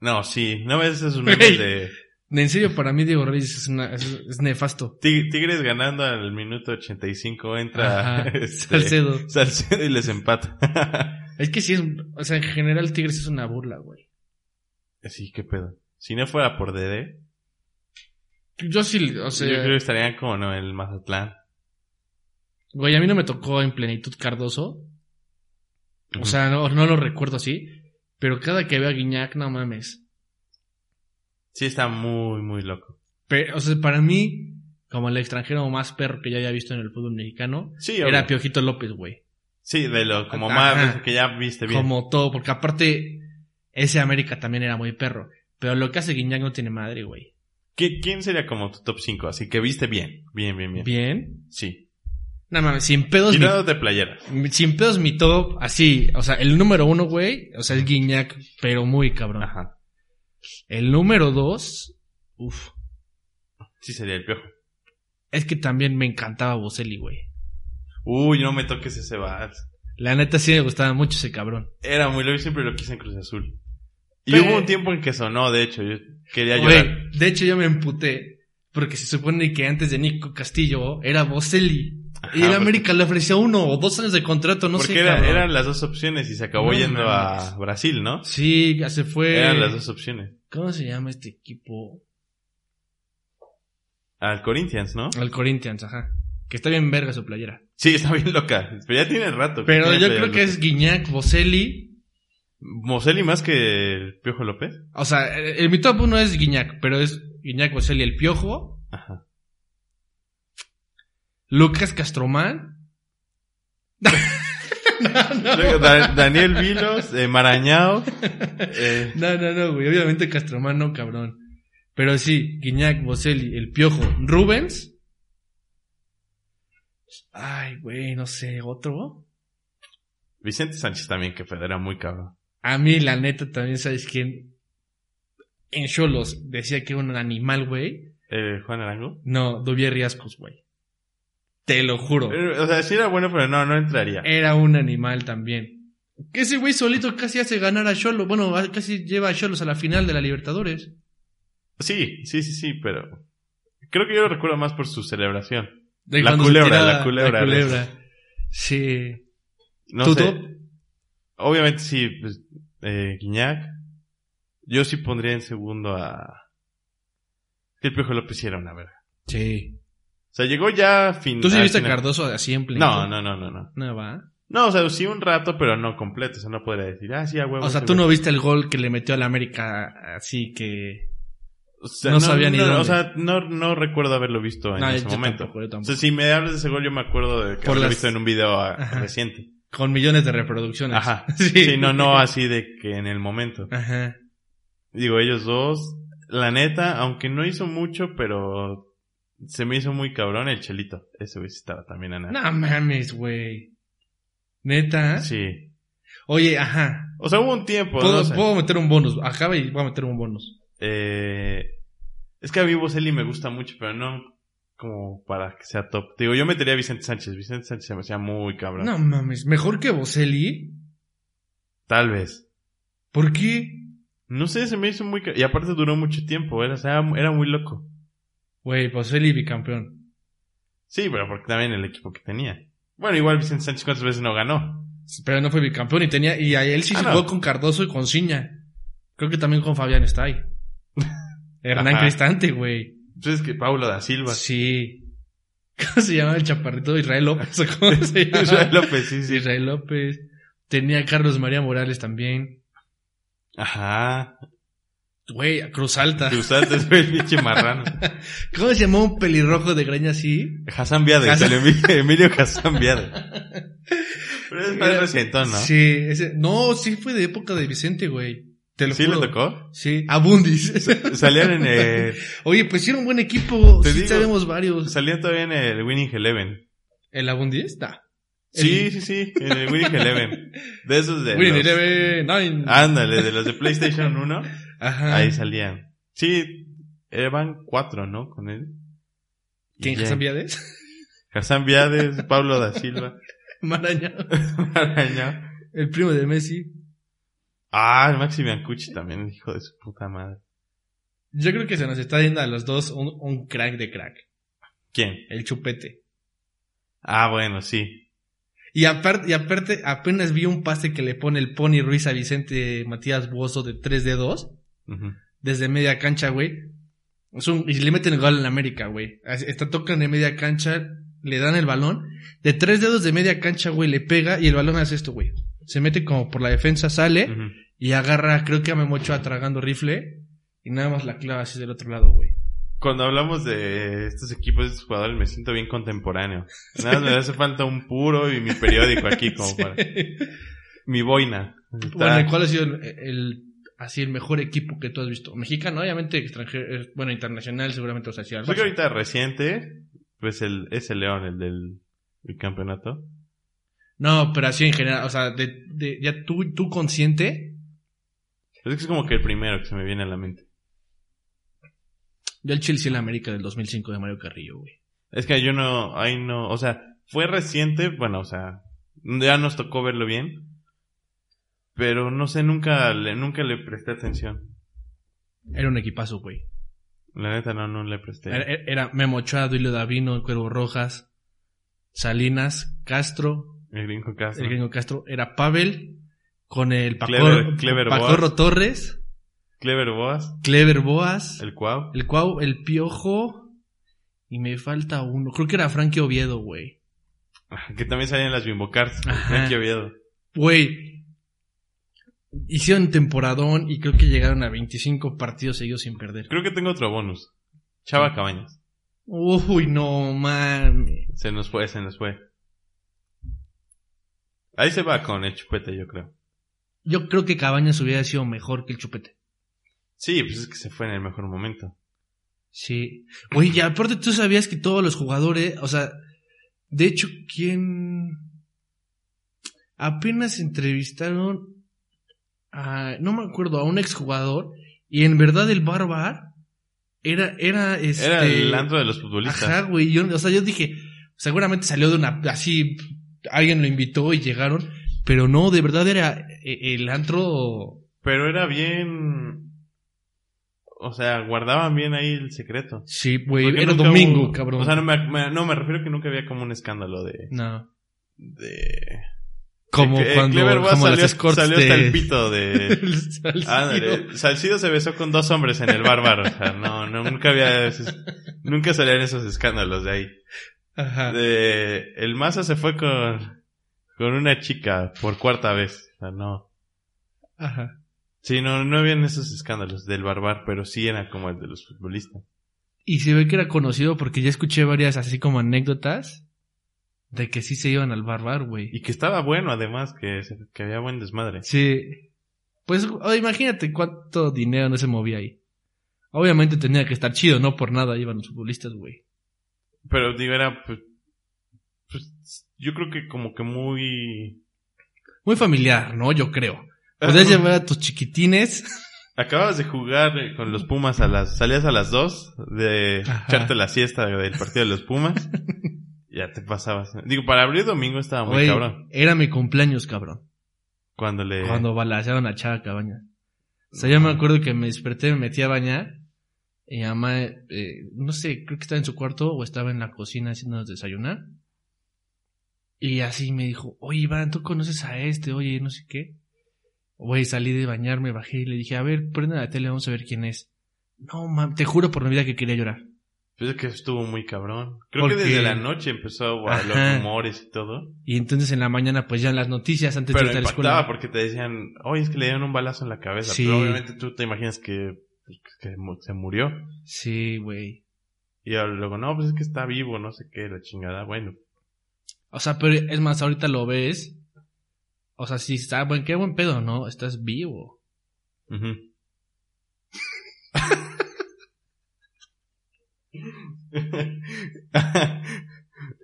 B: No, sí. No ves esos memes
A: Güey.
B: de
A: En serio, para mí Diego Reyes es, una- es- es nefasto.
B: Tig- Tigres ganando al minuto 85. Entra
A: Ajá,
B: este,
A: Salcedo.
B: Salcedo y les empata.
A: Es que sí es, o sea, en general Tigres es una burla, güey.
B: sí, qué pedo. Si no fuera por Dede,
A: Yo sí, o sea,
B: yo creo que estarían como no, el Mazatlán.
A: güey, a mí no me tocó en plenitud Cardoso. O
B: Ujú.
A: sea, no, no lo recuerdo así. Pero cada que veo a Guiñac, no mames.
B: Sí, está muy, muy loco.
A: Pero, o sea, para mí, como el extranjero más perro que yo había visto en el fútbol mexicano,
B: Sí,
A: era
B: obvio.
A: Piojito López, güey.
B: Sí, de lo como
A: Ajá.
B: más que ya viste bien.
A: Como todo, porque aparte, ese América también era muy perro. Pero lo que hace Guiñac no tiene madre, güey.
B: ¿Qui- ¿Quién sería como tu top 5? Así que viste bien. Bien, bien, bien.
A: Bien.
B: Sí.
A: No mames, sin pedos ni
B: Quitándote playeras.
A: Sin pedos mi top, así, o sea, el número uno, güey, o sea, es Guiñac, pero muy cabrón.
B: Ajá.
A: El número dos, uff,
B: Sí, sería el piojo.
A: es que también me encantaba Boselli, güey.
B: Uy, no me toques ese vals.
A: La neta sí me gustaba mucho ese cabrón.
B: Era muy loco. Yo siempre lo quise en Cruz Azul. Y
A: Pero-
B: hubo un tiempo en que sonó, de hecho. Yo quería llorar.
A: Güey, de hecho yo me emputé, porque se supone que antes de Nico Castillo era Boselli.
B: Ajá,
A: Y el
B: porque-
A: América le ofreció uno o dos años de contrato, no
B: Porque
A: sé.
B: era-
A: cabrón.
B: eran las dos opciones y se acabó
A: No
B: yendo a
A: mames.
B: Brasil, ¿no?
A: Sí, ya se fue.
B: Eran las dos opciones.
A: ¿Cómo se llama este equipo?
B: Al Corinthians, ¿no?
A: Al Corinthians, ajá. Que está bien verga su playera.
B: Sí, está bien loca. Pero ya tiene rato.
A: Pero
B: tiene
A: yo
B: playera
A: creo que
B: loca.
A: es Guiñac, Boselli.
B: ¿Moselli más que el Piojo López?
A: O sea, el, el- mi top uno es Guiñac, pero es Guiñac, Boselli, el Piojo,
B: Ajá.
A: Lucas Castromán.
B: Luego, Da- Daniel Vilos, eh, Marañao. eh,
A: No, no, no, güey. Obviamente Castromán no, cabrón. Pero sí, Guiñac, Boselli, el Piojo, Rubens. Ay, güey, no sé, otro.
B: Vicente Sánchez también, que fue- era muy cabrón.
A: A mí, la neta, también sabes quién. En Cholos decía que era un animal, güey.
B: Eh, Juan Arango.
A: No, Duvier Riascos, güey. Te lo juro.
B: Eh, o sea, sí era bueno, pero no, no entraría.
A: Era un animal también. Que ese güey solito casi hace ganar a Cholos. Bueno, a- casi lleva a Cholos a la final de la Libertadores.
B: Sí, sí, sí, sí, pero... Creo que yo lo recuerdo más por su celebración.
A: De
B: La
A: cuando se
B: culebra, la culebra,
A: La culebra. Sí.
B: No
A: ¿Tú,
B: sé.
A: tú?
B: Obviamente sí, pues, eh, Guiñac. Yo sí pondría en segundo a... El Piojo López era una verga.
A: Sí.
B: O sea, llegó ya a fin...
A: ¿Tú sí
B: al
A: viste a
B: final.
A: Cardoso así en pleno?
B: No, no, no, no, no.
A: No va.
B: No, o sea, sí un rato, pero no completo. O sea, no podría decir, ah, sí, a huevo.
A: O sea,
B: ese
A: tú
B: güey.
A: no viste el gol que le metió al América así que.
B: O sea,
A: no sabía ni dónde.
B: O sea, no, no recuerdo haberlo visto en
A: No,
B: ese
A: yo
B: momento.
A: tampoco, yo
B: o
A: tampoco.
B: sea, si me hablas de ese gol, yo me acuerdo de que
A: Por
B: lo he
A: las-
B: visto en un video ah,
A: Ajá.
B: reciente.
A: Con millones de reproducciones.
B: Ajá.
A: Sí.
B: Sí, no, no así de que en el momento.
A: Ajá.
B: Digo, ellos dos, la neta, aunque no hizo mucho, pero se me hizo muy cabrón el chelito. Ese güey sí estaba también a nada.
A: No ¿eh? mames, güey. Neta.
B: Sí.
A: Oye, ajá.
B: O sea, hubo un tiempo,
A: ¿Puedo,
B: no sé.
A: puedo meter un bonus. Acaba y voy a meter un bonus.
B: Eh, es que a mí Boselli me gusta mucho, pero no como para que sea top. Digo, yo metería a Vicente Sánchez. Vicente Sánchez se me hacía muy cabrón.
A: No mames. Mejor que Boselli.
B: Tal vez.
A: ¿Por qué?
B: No sé, se me hizo muy... ca- Y aparte duró mucho tiempo, era, o sea, era muy loco.
A: Güey, Boselli bicampeón.
B: Sí, pero porque también el equipo que tenía. Bueno, igual Vicente Sánchez cuántas veces no ganó.
A: Pero no fue bicampeón y tenía. Y a él sí
B: Ah,
A: se
B: no.
A: jugó con Cardoso y con Ciña. Creo que también con Fabián está ahí. Hernán
B: Ajá.
A: Cristante, güey.
B: Entonces Pues es que Paulo da Silva.
A: Sí. ¿Cómo se llamaba el chaparrito? Israel López. ¿o ¿Cómo se llamaba?
B: Israel López, sí, sí.
A: Israel López. Tenía a Carlos María Morales también.
B: Ajá.
A: Güey, a Cruz Alta.
B: Te usaste fue el pinche marrano.
A: ¿Cómo se llamaba un pelirrojo de greña así?
B: Hassan Viade,
A: Hassan-
B: salió Emilio, Emilio Hassan Viade. Pero es más recientón, Ah, ¿no? Sí,
A: Sí, ese. No, sí fue de época de Vicente, güey. Te lo
B: le
A: juro.
B: tocó.
A: Sí, Abundis.
B: Salieron en el,
A: Oye, pues sí era un buen equipo.
B: Te
A: sí
B: digo-
A: sabemos varios.
B: salían todavía en el Winning Eleven.
A: ¿El Abundis? Da.
B: Sí, sí, sí, en el Winning Eleven. De esos de
A: Winning
B: los-
A: Eleven, Nine.
B: Ándale, de los de PlayStation 1,
A: Ajá.
B: ahí salían. Sí, eran cuatro, ¿no? Con él.
A: ¿Quién
B: Ya.
A: Hassan Viades?
B: Hassan Viades, Pablo da Silva,
A: Maraña.
B: Marañao.
A: El primo de Messi.
B: Ah, el Maxi Biancucci también, hijo de su puta madre.
A: Yo creo que se nos está yendo a los dos un, un crack de crack,
B: ¿Quién?
A: el chupete.
B: Ah, bueno, sí.
A: Y aparte, y aparte, apenas vi un pase que le pone el Pony Ruiz a Vicente Matías Buoso de 3 de 2
B: Ujú.
A: desde media cancha, güey. Es un- y le meten el gol en América, güey. Así- Está tocan de media cancha, le dan el balón. De tres dedos de media cancha, güey, le pega y el balón hace esto, güey. Se mete como por la defensa, sale
B: Ujú.
A: y agarra, creo que a Memocho tragando rifle. Y nada más la clava así del otro lado, güey.
B: Cuando hablamos de estos equipos, de estos jugadores, me siento bien contemporáneo. Nada más me hace falta un puro y mi periódico aquí, como para... Mi boina. Está-
A: Bueno, ¿y ¿cuál ha sido el, el- así el mejor equipo que tú has visto? Mexicano, obviamente extranjero, eh, bueno, internacional seguramente os ha sido al
B: Creo que
A: Barça.
B: ahorita reciente, pues el, es el León, el del el campeonato.
A: No, pero así en general, o sea, de, de- ya tú, tú consciente,
B: Es que es como que el primero que se me viene a la mente.
A: yo el Chelsea en la América del 2005 de Mario Carrillo, güey.
B: Es que yo no, ahí no, o sea, fue reciente, bueno, o sea, ya nos tocó verlo bien. Pero no sé, nunca le, nunca le presté atención.
A: Era un equipazo, güey.
B: La neta, no, no le presté.
A: Era, era Memo Ochoa, Duilio Davino, el Cuervo Rojas, Salinas, Castro,
B: El gringo Castro.
A: el gringo Castro, era Pavel, con el
B: Clever-
A: Pacorro,
B: Clever
A: Pacorro
B: Boas.
A: Torres,
B: Clever Boas,
A: Clever Boas,
B: el Cuau.
A: el Cuau, el Piojo Y me falta uno. Creo que era Frankie Oviedo, güey.
B: Que también salen las Bimbo Cards.
A: Ajá.
B: Frankie Oviedo.
A: Güey. Hicieron temporadón y creo que llegaron a 25 partidos seguidos sin perder.
B: Creo que tengo otro bonus. Chava Cabañas.
A: Uy, no mames.
B: Se nos fue, se nos fue. Ahí se va con el chupete, yo creo.
A: Yo creo que Cabañas hubiera sido mejor que el Chupete.
B: Sí, pues es que se fue en el mejor momento.
A: Sí. Güey, y aparte tú sabías que todos los jugadores, o sea, de hecho, ¿quién? Apenas entrevistaron a, no me acuerdo, a un exjugador y en verdad el Barbar era, era este...
B: Era el antro de los futbolistas.
A: Ajá, güey. Yo, o sea, yo dije, seguramente salió de una. Así, alguien lo invitó y llegaron. Pero no, de verdad era eh, el antro.
B: Pero era bien. O sea, guardaban bien ahí el secreto.
A: Sí, güey.
B: Porque
A: Era
B: nunca
A: domingo,
B: hubo-
A: cabrón.
B: O sea, no me, me- no, me refiero que nunca había como un escándalo de.
A: no.
B: de
A: Como
B: de que, eh,
A: cuando
B: Clever Boa
A: como las
B: salió,
A: escorts
B: salió
A: de-
B: hasta el pito de.
A: El salsillo.
B: Ándale, Salcido se besó con dos hombres en el bárbaro. O sea, no, no, nunca había. esos- nunca salían esos escándalos de ahí.
A: Ajá.
B: De, el Maza se fue con, con una chica por cuarta vez. O sea, no.
A: Ajá.
B: Sí, no, no habían esos escándalos del barbar, pero sí era como el de los futbolistas.
A: Y se ve que era conocido porque ya escuché varias así como anécdotas de que sí se iban al barbar, güey.
B: Y que estaba bueno, además, que, se- que había buen desmadre.
A: Sí. Pues oh, imagínate cuánto dinero no se movía ahí. Obviamente tenía que estar chido, no por nada iban los futbolistas, güey.
B: Pero digo, era, pues, pues, yo creo que como que muy...
A: Muy familiar, ¿no? Yo creo.
B: Ah,
A: Podías llevar a tus chiquitines.
B: Acababas de jugar eh, con los Pumas a las... Salías a las 2 de
A: Ajá.
B: echarte la siesta del partido de los Pumas. ya te pasabas. Digo, para abrir domingo estaba Ah, muy
A: Güey,
B: cabrón.
A: era mi cumpleaños, cabrón.
B: Cuando le...
A: Cuando balacearon a Chava Cabañas. O sea, yo me acuerdo que me desperté, me metí a bañar. Y mi mamá, eh, no sé, creo que estaba en su cuarto o estaba en la cocina haciéndonos desayunar. Y así me dijo, oye Iván, ¿tú conoces a este? Oye, no sé qué. Güey, salí de bañarme, bajé y le dije, a ver, prende la tele, vamos a ver quién es. No, mam, te juro por mi vida que quería llorar.
B: Pues es que estuvo muy cabrón. Creo
A: Porque-
B: que desde la noche empezó a
A: Ajá.
B: los rumores y todo.
A: Y entonces en la mañana, pues ya en las noticias, antes de
B: Pero
A: irte a la
B: impactaba
A: escuela.
B: porque te decían, oye, es que le dieron un balazo en la cabeza.
A: Sí.
B: Pero obviamente tú te imaginas que, pues, que mu- se murió.
A: Sí, güey.
B: Y luego, no, pues es que está vivo, no sé qué, la chingada. Bueno,
A: O sea, pero es más, ahorita lo ves. O sea, sí, está buen, qué buen pedo, ¿no? Estás vivo.
B: Ujú.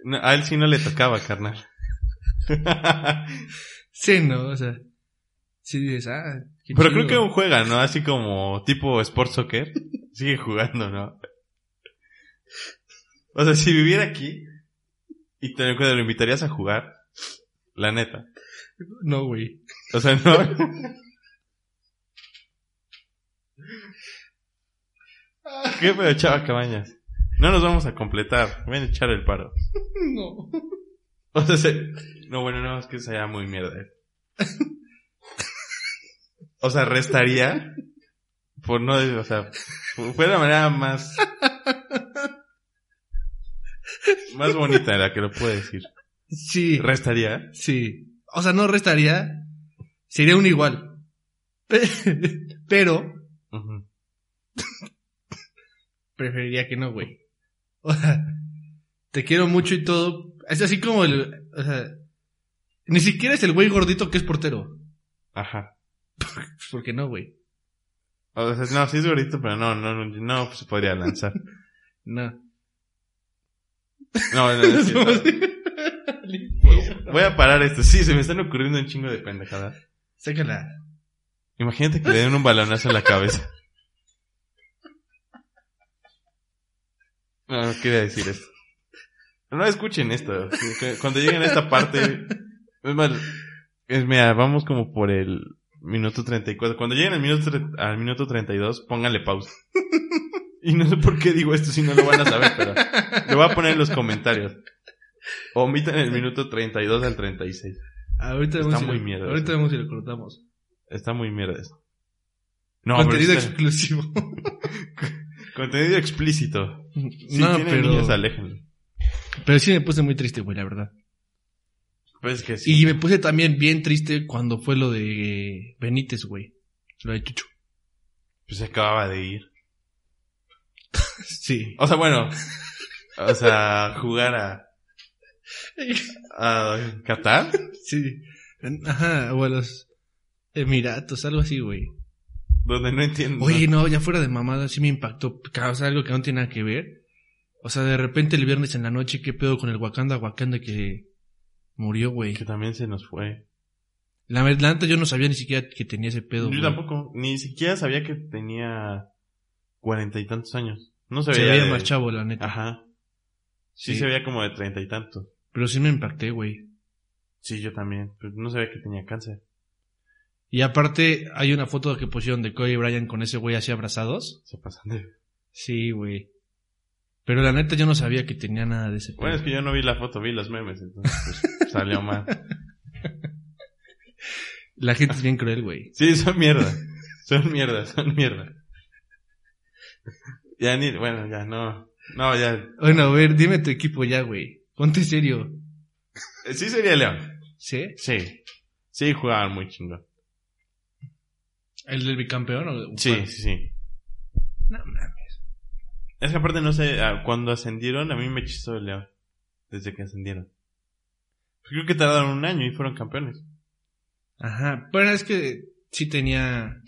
B: No, a él sí no le tocaba, carnal.
A: Sí, ¿no? O sea, sí dices, ah, qué
B: Pero
A: chido.
B: creo que aún juega, ¿no? Así como tipo Sport Soccer. Sigue jugando, ¿no? O sea, si viviera aquí y te lo lo invitarías a jugar, la neta.
A: No, güey.
B: O sea, no. Qué pedo, chava cabañas. No nos vamos a completar. Ven a echar el paro.
A: No.
B: O sea, se- no, bueno, no, es que sería muy mierda. eh. O sea, restaría. Por no, o sea, fue la manera más. Más bonita en la que lo puedo decir.
A: Sí,
B: Restaría.
A: sí. O sea, no restaría. Sería un igual. Pe- Pero
B: Ujú.
A: preferiría que no, güey. O sea, te quiero mucho y todo. Es así como el. O sea, ni siquiera es el güey gordito que es portero.
B: Ajá.
A: Porque no, güey.
B: O sea, no, sí es bonito, pero no, no, no, no pues se podría lanzar.
A: No.
B: No, no, no, sí, no. Voy a parar esto. Sí, se me están ocurriendo un chingo de pendejadas.
A: Sácala.
B: Imagínate que le den un balonazo en la cabeza. No, no quería decir esto. No escuchen esto. Cuando lleguen a esta parte. Es más, es, mira, vamos como por el minuto 34. Cuando lleguen al minuto, tre- al minuto 32, pónganle pausa. Y no sé por qué digo esto si no lo van a saber, pero lo voy a poner en los comentarios. Omitan el minuto 32 al 36.
A: Ahorita
B: Está
A: vemos si
B: muy
A: lo-
B: mierda.
A: Ahorita vemos si lo cortamos.
B: Está muy mierda eso. No, pero
A: Contenido
B: sí está-
A: exclusivo.
B: Contenido explícito. Si
A: no,
B: tienen
A: pero,
B: niños, aléjenlo.
A: pero sí me puse muy triste, güey, la verdad.
B: Pues es que sí.
A: Y me puse también bien triste cuando fue lo de eh, Benítez, güey. Lo de Chucho.
B: Pues se acababa de ir.
A: Sí.
B: O sea, bueno. o sea, jugar a. a Qatar.
A: Sí. Ajá, o a los Emiratos, algo así, güey.
B: Donde no entiendo.
A: Oye, no, ya fuera de mamada, sí me impactó. O sea, algo que no tiene nada que ver. O sea, de repente el viernes en la noche, ¿qué pedo con el Wakanda Wakanda que murió, güey?
B: Que también se nos fue.
A: La verdad, antes yo no sabía ni siquiera que tenía ese pedo.
B: Yo
A: güey.
B: tampoco. Ni siquiera sabía que tenía cuarenta y tantos años. No se
A: Se
B: veía.
A: veía
B: de-
A: más chavo, la neta.
B: Ajá. Sí, se veía como de treinta y tantos.
A: Pero sí me impacté, güey.
B: Sí, yo también. Pero no sabía que tenía cáncer.
A: Y aparte, hay una foto que pusieron de Kobe Bryant con ese güey así abrazados.
B: Se pasan de.
A: Sí, güey. Pero la neta, yo no sabía que tenía nada de ese pedo.
B: Bueno, es que yo no vi la foto, vi los memes, entonces pues, salió mal.
A: La gente es bien cruel, güey.
B: Sí, son mierda. Son mierda, son mierda. Ya ni, bueno, ya no. No, ya.
A: Bueno, a ver, dime tu equipo ya, güey. Ponte serio.
B: Eh, Sí sería León.
A: ¿Sí?
B: Sí. Sí, jugaban muy chingón.
A: ¿El del bicampeón o
B: Sí,
A: cuál?
B: sí, sí.
A: No mames.
B: Es que aparte no sé, ah, cuando ascendieron, a mí me hechizó el León. Desde que ascendieron. Creo que tardaron un año y fueron campeones.
A: Ajá. Pero es que sí tenía.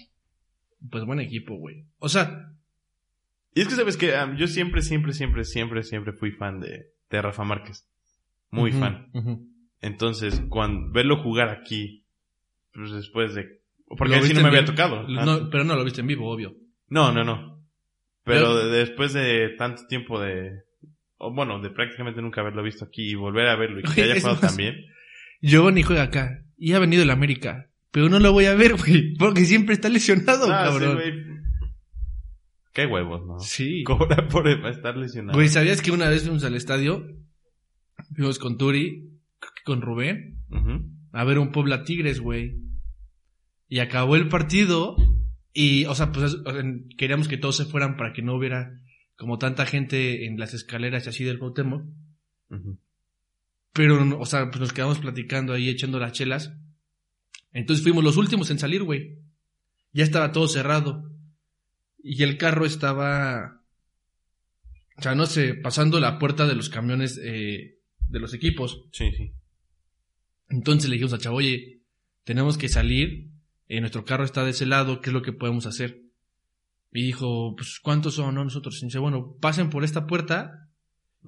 A: Pues buen equipo, güey. O sea,
B: Y es que sabes que ah, yo siempre, siempre, siempre, siempre, siempre fui fan de, de Rafa Márquez. Muy
A: ujú,
B: fan.
A: ujú.
B: Entonces, cuando verlo jugar aquí, pues después de...
A: Lo
B: Porque así
A: viste
B: no me
A: en
B: había
A: vivo.
B: tocado. Ah,
A: No, pero no lo viste en vivo, obvio.
B: No, no, no. Pero
A: Pero-
B: de- después de tanto tiempo de... o bueno, de prácticamente nunca haberlo visto aquí y volver a verlo y que
A: Oye,
B: haya
A: es
B: jugado
A: más-
B: también.
A: Giovanni juega acá y ha venido el América. Pero no lo voy a ver, güey. Porque siempre está lesionado,
B: Ah, sí,
A: cabrón.
B: güey. Qué huevos, ¿no?
A: Sí.
B: Cobra por e, estar lesionado.
A: Güey, ¿sabías que una vez fuimos al estadio? Fuimos con Turi, creo que con Rubén,
B: Ujú.
A: a ver un Puebla Tigres, güey. Y acabó el partido y, o sea, pues o sea, queríamos que todos se fueran para que no hubiera como tanta gente en las escaleras y así del Cuauhtémoc.
B: Ujú.
A: Pero, no, o sea, pues nos quedamos platicando ahí, echando las chelas. Entonces fuimos los últimos en salir, güey. Ya estaba todo cerrado. Y el carro estaba, o sea, no sé, pasando la puerta de los camiones eh, de los equipos.
B: Sí, sí.
A: Entonces le dijimos a Chavo, oye, tenemos que salir, eh, nuestro carro está de ese lado, ¿qué es lo que podemos hacer? Y dijo, pues, ¿cuántos son? No, nosotros. Y dice, bueno, pasen por esta puerta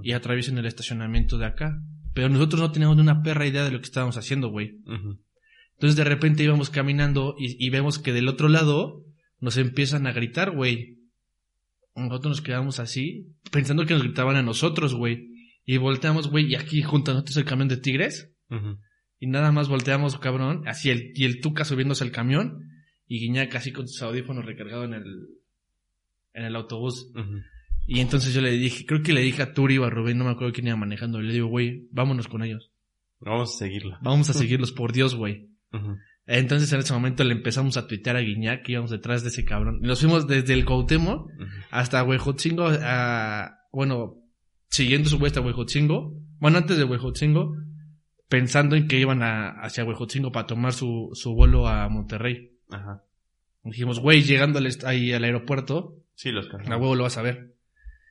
A: y atraviesen el estacionamiento de acá. Pero nosotros no teníamos ni una perra idea de lo que estábamos haciendo, güey.
B: Ujú.
A: Entonces de repente íbamos caminando y, y vemos que del otro lado nos empiezan a gritar, güey. Nosotros nos quedamos así, pensando que nos gritaban a nosotros, güey. Y volteamos, güey, y aquí junto a nosotros el camión de tigres.
B: Ujú.
A: Y nada más volteamos, cabrón, así el, y el Tuca subiéndose al camión y Guiñac así con sus audífonos recargados en el, en el autobús.
B: Ujú.
A: Y entonces yo le dije, creo que le dije a Turi o a Rubén, no me acuerdo quién iba manejando, y le digo, güey, vámonos con ellos.
B: Vamos a seguirla.
A: Vamos a seguirlos, por Dios, güey.
B: Ujú.
A: Entonces en ese momento le empezamos a tuitear a Guiñac que íbamos detrás de ese cabrón. Y Nos fuimos desde el Cuauhtémoc
B: Ujú.
A: hasta Huejotzingo, a, bueno, siguiendo su vuelta a Huejotzingo, bueno, antes de Huejotzingo, pensando en que iban a, hacia Huejotzingo para tomar su, su vuelo a Monterrey.
B: Ajá.
A: Dijimos, güey, llegando al, est- ahí al aeropuerto,
B: Sí, los
A: a
B: cazamos.
A: huevo lo vas a ver.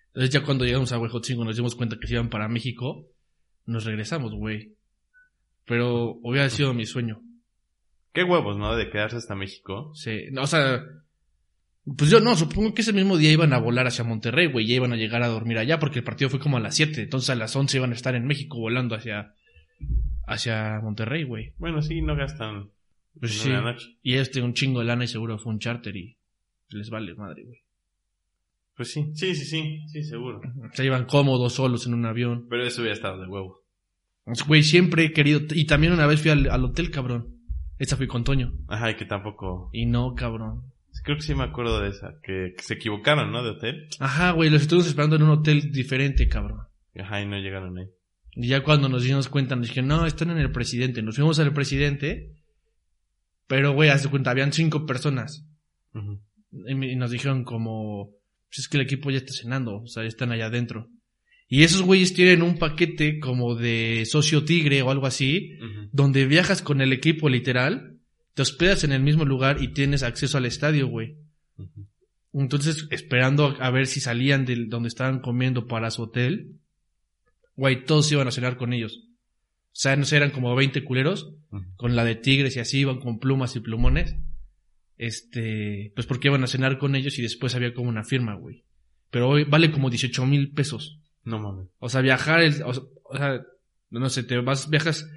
A: Entonces ya cuando llegamos a Huejotzingo nos dimos cuenta que se iban para México, nos regresamos, güey. Pero hubiera sido mi sueño.
B: Qué huevos, ¿no? De quedarse hasta México.
A: Sí, no, o sea, pues yo no, supongo que ese mismo día iban a volar hacia Monterrey, güey, ya iban a llegar a dormir allá porque el partido fue como a las 7, entonces a las 11 iban a estar en México volando hacia hacia Monterrey, güey.
B: Bueno, sí, no gastan
A: Pues
B: en
A: sí.
B: una noche.
A: Y este un chingo de lana y seguro fue un charter y les vale madre, güey.
B: Pues sí, sí, sí, sí, sí, seguro.
A: Se iban cómodos solos en un avión.
B: Pero eso hubiera estado de huevo.
A: Güey, siempre he querido y también una vez fui al, al hotel, cabrón. Esa fui con Toño.
B: Ajá, y que tampoco...
A: Y no, cabrón.
B: Creo que sí me acuerdo de esa, que, que se equivocaron, ¿no? De hotel.
A: Ajá, güey, los estuvimos esperando en un hotel diferente, cabrón.
B: Ajá, y no llegaron ahí.
A: Y ya cuando nos dimos cuenta, nos dijeron, no, están en el presidente. Nos fuimos al presidente, pero, güey, haz de cuenta, habían cinco personas.
B: Ujú.
A: Y me- y nos dijeron como, pues es que el equipo ya está cenando, o sea, ya están allá adentro. Y esos güeyes tienen un paquete como de socio tigre o algo así,
B: Ujú.
A: donde viajas con el equipo literal, te hospedas en el mismo lugar y tienes acceso al estadio, güey.
B: Ujú.
A: Entonces, esperando a ver si salían de donde estaban comiendo para su hotel, güey, todos iban a cenar con ellos. O sea, no sé, eran como 20 culeros,
B: Ujú.
A: con la de tigres y así, iban con plumas y plumones. Este, pues porque iban a cenar con ellos y después había como una firma, güey. Pero hoy vale como 18 mil pesos.
B: No mames.
A: O sea, viajar, el- o, o sea, no sé, te vas, viajas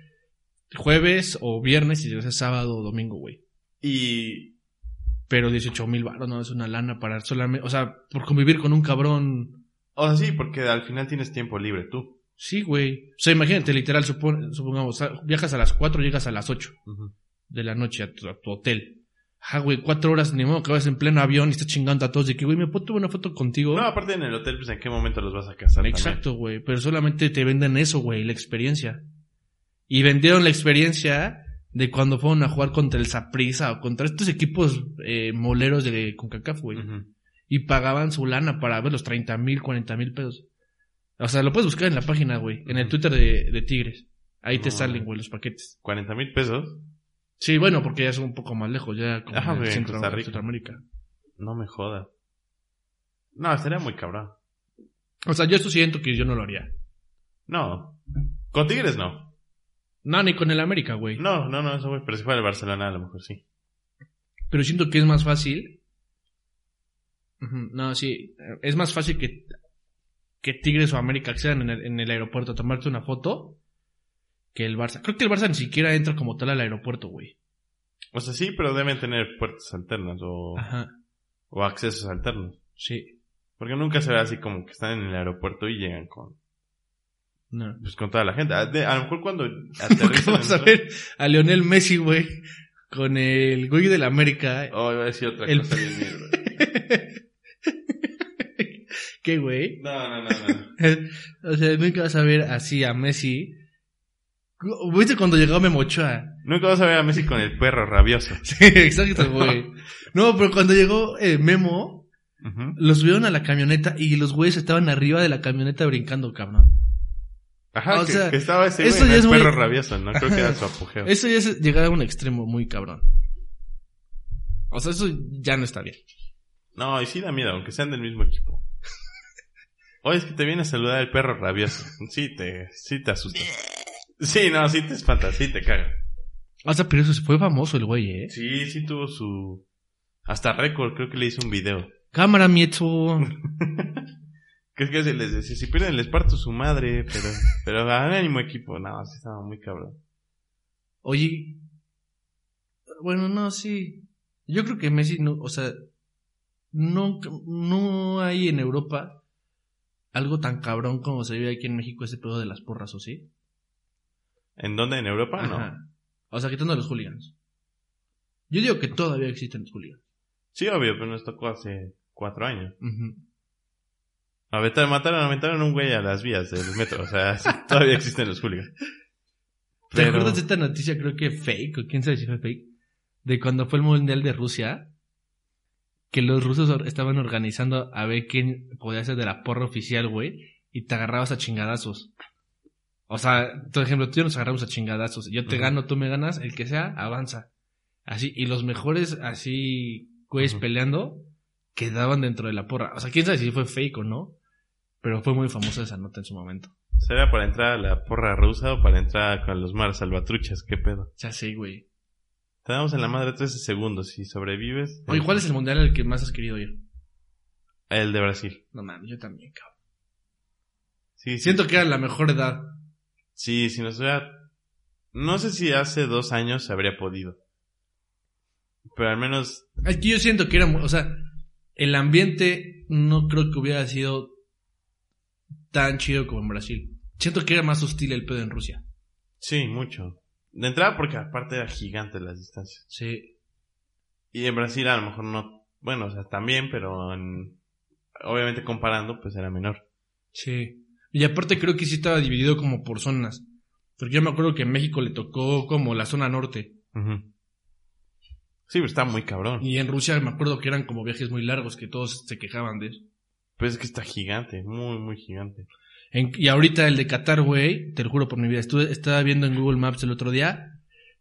A: jueves o viernes y regresas sábado o domingo, güey.
B: Y
A: Pero 18 mil baros no es una lana para solamente, o sea, por convivir con un cabrón.
B: O sea, sí, porque al final tienes tiempo libre tú.
A: Sí, güey. O sea, imagínate, literal, supon- supongamos, sa- viajas a las 4, llegas a las 8 de la noche a tu, a tu hotel. Ah, güey, cuatro horas ni modo que vas en pleno avión y estás chingando a todos de que, güey, ¿me puedo tomar una foto contigo?
B: No, aparte en el hotel, pues en qué momento los vas a casar.
A: Exacto, güey. Pero solamente te venden eso, güey, la experiencia. Y vendieron la experiencia de cuando fueron a jugar contra el Saprissa o contra estos equipos eh, moleros de CONCACAF, güey.
B: también. Ujú.
A: Y pagaban su lana para ver los 30 mil, 40 mil pesos. O sea, lo puedes buscar en la página, güey. En el
B: Ujú.
A: Twitter de, de Tigres. Ahí te
B: No,
A: salen,
B: güey.
A: güey, los paquetes.
B: 40 mil pesos.
A: Sí, bueno, porque ya es un poco más lejos, ya como
B: Ah,
A: en
B: güey, en
A: Centro,
B: Costa Rica.
A: Centroamérica.
B: No me jodas. No, estaría muy cabrón.
A: O sea, yo esto siento que yo no lo haría.
B: No. Con Tigres no.
A: No, ni con el América, güey.
B: No, no, no, eso güey. Pero si fuera el Barcelona, a lo mejor sí.
A: Pero siento que es más fácil. Ujú, No, sí. Es más fácil que, que Tigres o América accedan en el, en el aeropuerto a tomarte una foto que el Barça. Creo que el Barça ni siquiera entra como tal al aeropuerto, güey.
B: O sea, sí, pero deben tener puertas alternas o,
A: Ajá,
B: o accesos alternos.
A: sí.
B: Porque nunca se ve así como que están en el aeropuerto y llegan con,
A: No.
B: pues, con toda la gente. A, de- a lo mejor cuando
A: ¿Por qué
B: aterrizan...
A: vas a
B: en-
A: ver a Lionel Messi, güey? Con el güey del América.
B: Oh, iba a decir otra
A: El-
B: cosa bien mierda.
A: ¿Qué, güey?
B: No, no, no, no.
A: o sea, nunca vas a ver así a Messi. ¿Viste cuando llegó Memochoa?
B: Nunca vas a ver a Messi con el perro rabioso.
A: Sí, exacto, güey. No, pero cuando llegó eh, Memo,
B: Ujú.
A: los subieron a la camioneta y los güeyes estaban arriba de la camioneta brincando, cabrón.
B: Ajá,
A: O
B: que,
A: sea,
B: que estaba ese güey,
A: eso
B: ¿no?
A: ya
B: el
A: es muy-
B: perro rabioso, ¿no? Creo que era su apogeo.
A: Eso ya es llegar a un extremo muy cabrón. O sea, eso ya no está bien.
B: No, y sí da miedo, aunque sean del mismo equipo. Oye, es que te viene a saludar el perro rabioso. Sí, te, sí te asusta. Sí, no, sí te espanta, sí te caga.
A: O sea, pero eso se fue famoso el güey, ¿eh?
B: Sí, sí tuvo su... Hasta récord, creo que le hizo un video.
A: Cámara, mieto.
B: Que es que se les decía, si pierden les parto su madre, pero... Pero ánimo equipo, no, sí estaba muy cabrón.
A: Oye. Bueno, no, sí. Yo creo que Messi, no, o sea, no, no hay en Europa algo tan cabrón como se vive aquí en México ese pedo de las porras, ¿o sí?
B: ¿En dónde? ¿En Europa? No.
A: Ajá. O sea, quitando a los hooligans. Yo digo que todavía existen los hooligans.
B: Sí, obvio, pero nos tocó hace cuatro años.
A: Ujú.
B: A vetar- mataron, aventaron un güey a las vías del metro, o sea, sí, todavía existen los hooligans.
A: ¿Te
B: Pero-
A: acuerdas de esta noticia? Creo que fake, o quién sabe si fue fake, de cuando fue el Mundial de Rusia, que los rusos or- estaban organizando a ver quién podía ser de la porra oficial, güey, y te agarrabas a chingadazos. O sea, por ejemplo, tú y yo nos agarramos a chingadazos. Yo te
B: Ujú.
A: gano, tú me ganas, el que sea, avanza. Así, y los mejores, así, güeyes
B: Ujú.
A: peleando, quedaban dentro de la porra. O sea, quién sabe si fue fake o no, pero fue muy famosa esa nota en su momento.
B: ¿Será para entrar a la porra rusa o para entrar con los mares salvatruchas? ¿Qué pedo?
A: Ya sé, güey.
B: Te damos en la madre 13 segundos. Si sobrevives.
A: Oye, ¿cuál es el mundial al que más has querido ir?
B: El de Brasil.
A: No mames, yo también, cabrón.
B: Sí, sí.
A: Siento que era la mejor edad.
B: Sí, si nos hubiera. No sé si hace dos años habría podido. Pero al menos.
A: Es que yo siento que era, mu- o sea, el ambiente no creo que hubiera sido tan chido como en Brasil. Siento que era más hostil el pedo en Rusia.
B: Sí, mucho. De entrada, porque aparte era gigante las distancias.
A: Sí.
B: Y en Brasil a lo mejor no. Bueno, o sea, también, pero. en- Obviamente comparando, pues era menor.
A: Sí. Y aparte creo que sí estaba dividido como por zonas. Porque yo me acuerdo que en México le tocó como la zona norte.
B: Ujú. Sí, pero está muy cabrón.
A: Y en Rusia me acuerdo que eran como viajes muy largos que todos se quejaban de eso.
B: Pues es que está gigante, muy, muy gigante.
A: En- y ahorita el de Qatar, güey, te lo juro por mi vida, estuve, estaba viendo en Google Maps el otro día,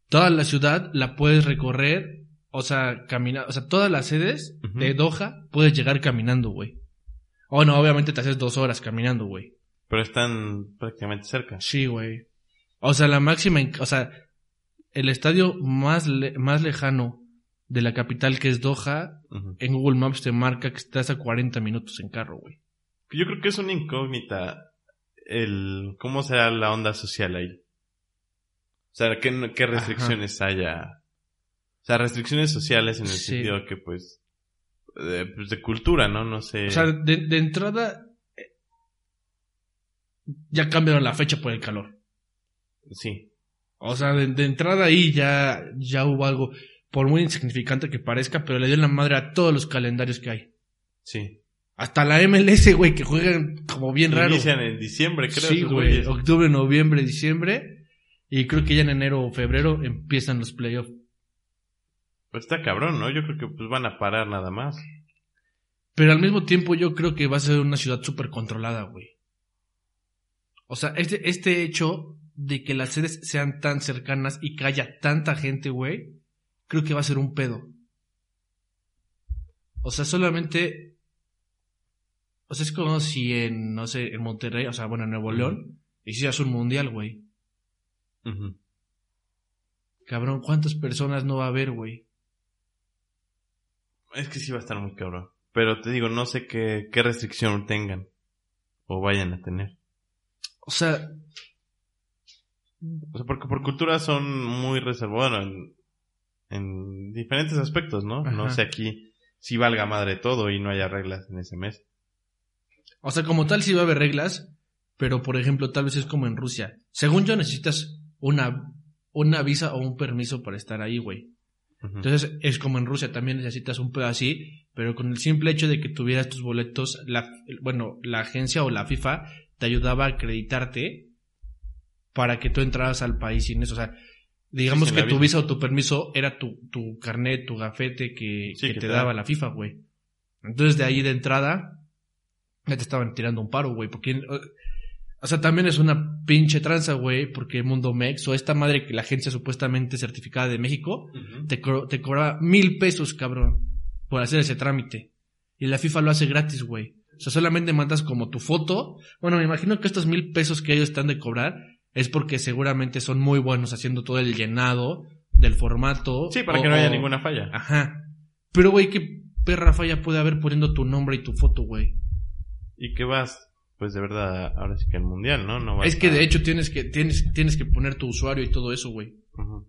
A: toda la ciudad la puedes recorrer, o sea, caminar, o sea, todas las sedes
B: Ujú.
A: de Doha puedes llegar caminando, güey. O no, obviamente te haces dos horas caminando, güey.
B: Pero están prácticamente cerca.
A: Sí, güey. O sea, la máxima, en- o sea, el estadio más, le- más lejano de la capital que es Doha,
B: Ujú.
A: en Google Maps te marca que estás a 40 minutos en carro, güey.
B: Yo creo que es una incógnita el cómo será la onda social ahí. O sea, qué, qué restricciones haya. O sea, restricciones sociales en el
A: Sí.
B: sentido que pues de, pues, de cultura, ¿no? No sé.
A: O sea, de, de entrada eh, ya cambiaron la fecha por el calor.
B: sí.
A: O sea, de, de entrada ahí ya, ya hubo algo, por muy insignificante que parezca, pero le dio la madre a todos los calendarios que hay.
B: Sí.
A: Hasta la MLS, güey, que juegan como bien raro.
B: Inician en diciembre, creo.
A: Sí,
B: esos
A: güey.
B: güeyes.
A: Octubre, noviembre, diciembre. Y creo que ya en enero o febrero empiezan los playoffs.
B: Pues está cabrón, ¿no? Yo creo que pues van a parar nada más.
A: Pero al mismo tiempo yo creo que va a ser una ciudad súper controlada, güey. O sea, este, este hecho de que las sedes sean tan cercanas y que haya tanta gente, güey, creo que va a ser un pedo. O sea, solamente... O sea, es como si en, no sé, en Monterrey, o sea, bueno, en Nuevo León, hicieras un mundial, güey.
B: Ujú.
A: Cabrón, ¿cuántas personas no va a haber, güey?
B: Es que sí va a estar muy cabrón. Pero te digo, no sé qué, qué restricción tengan o vayan a tener.
A: O sea,
B: O sea, porque por cultura son muy reservados bueno, en, en diferentes aspectos, ¿no? No
A: Ajá.
B: sé aquí si valga madre todo y no haya reglas en ese mes.
A: O sea, como tal sí va a haber reglas, pero por ejemplo, tal vez es como en Rusia. Según yo, necesitas una, una visa o un permiso para estar ahí, güey.
B: Ujú.
A: Entonces, es como en Rusia, también necesitas un pedo así, pero con el simple hecho de que tuvieras tus boletos, la, bueno, la agencia o la FIFA te ayudaba a acreditarte para que tú entraras al país sin eso. O sea, digamos
B: sin
A: que
B: la
A: tu
B: visa.
A: visa o tu permiso era tu, tu carnet, tu gafete que,
B: Sí,
A: que
B: que
A: te
B: te
A: daba
B: da.
A: la FIFA, güey. Entonces, de ahí de entrada, ya te estaban tirando un paro, güey, porque... eh, O sea, también es una pinche tranza, güey, porque Mundo Mex o esta madre que la agencia supuestamente certificada de México,
B: Ujú.
A: te, co- te cobraba mil pesos, cabrón, por hacer ese trámite. Y la FIFA lo hace gratis, güey. O sea, solamente mandas como tu foto. Bueno, me imagino que estos mil pesos que ellos están de cobrar es porque seguramente son muy buenos haciendo todo el llenado del formato.
B: Sí, para que
A: o-
B: no haya
A: o-
B: ninguna falla.
A: Ajá. Pero, güey, ¿qué perra falla puede haber poniendo tu nombre y tu foto, güey?
B: Y que vas, pues de verdad, ahora sí que el mundial, ¿no? no vas
A: Es que
B: a-
A: de hecho tienes que, tienes, tienes que poner tu usuario y todo eso, güey.
B: Ujú.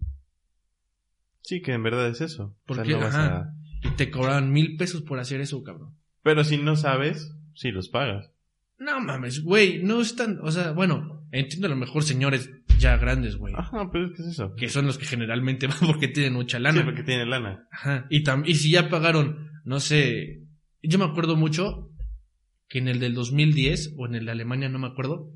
B: Sí, que en verdad es eso. O sea,
A: Porque,
B: no vas
A: ajá.
B: a-
A: Y te cobraban mil pesos por hacer eso, cabrón.
B: Pero si no sabes, sí los pagas.
A: No mames, güey, no están, o sea, bueno, entiendo a lo mejor señores ya grandes, güey,
B: Ajá, pero es que es eso.
A: que son los que generalmente van porque tienen mucha
B: Sí,
A: lana.
B: porque tiene lana.
A: Ajá. Y, tam- y si ya pagaron, no sé, yo me acuerdo mucho que en el del 2010 o en el de Alemania, no me acuerdo,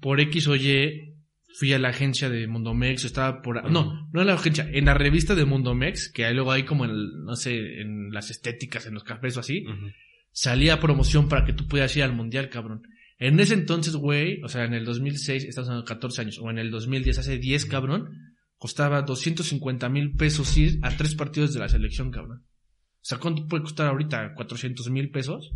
A: por X o Y fui a la agencia de Mundomex, estaba por... No, no en la agencia, en la revista de Mundomex, que ahí luego hay como en, el- no sé, en las estéticas, en los cafés o así,
B: Ujú.
A: salía promoción para que tú pudieras ir al mundial, cabrón. En ese entonces, güey, o sea, en el 2006, estamos hablando de 14 años, o en el 2010, hace 10, cabrón, costaba 250 mil pesos ir a tres partidos de la selección, cabrón. O sea, ¿cuánto puede costar ahorita? ¿400 mil pesos?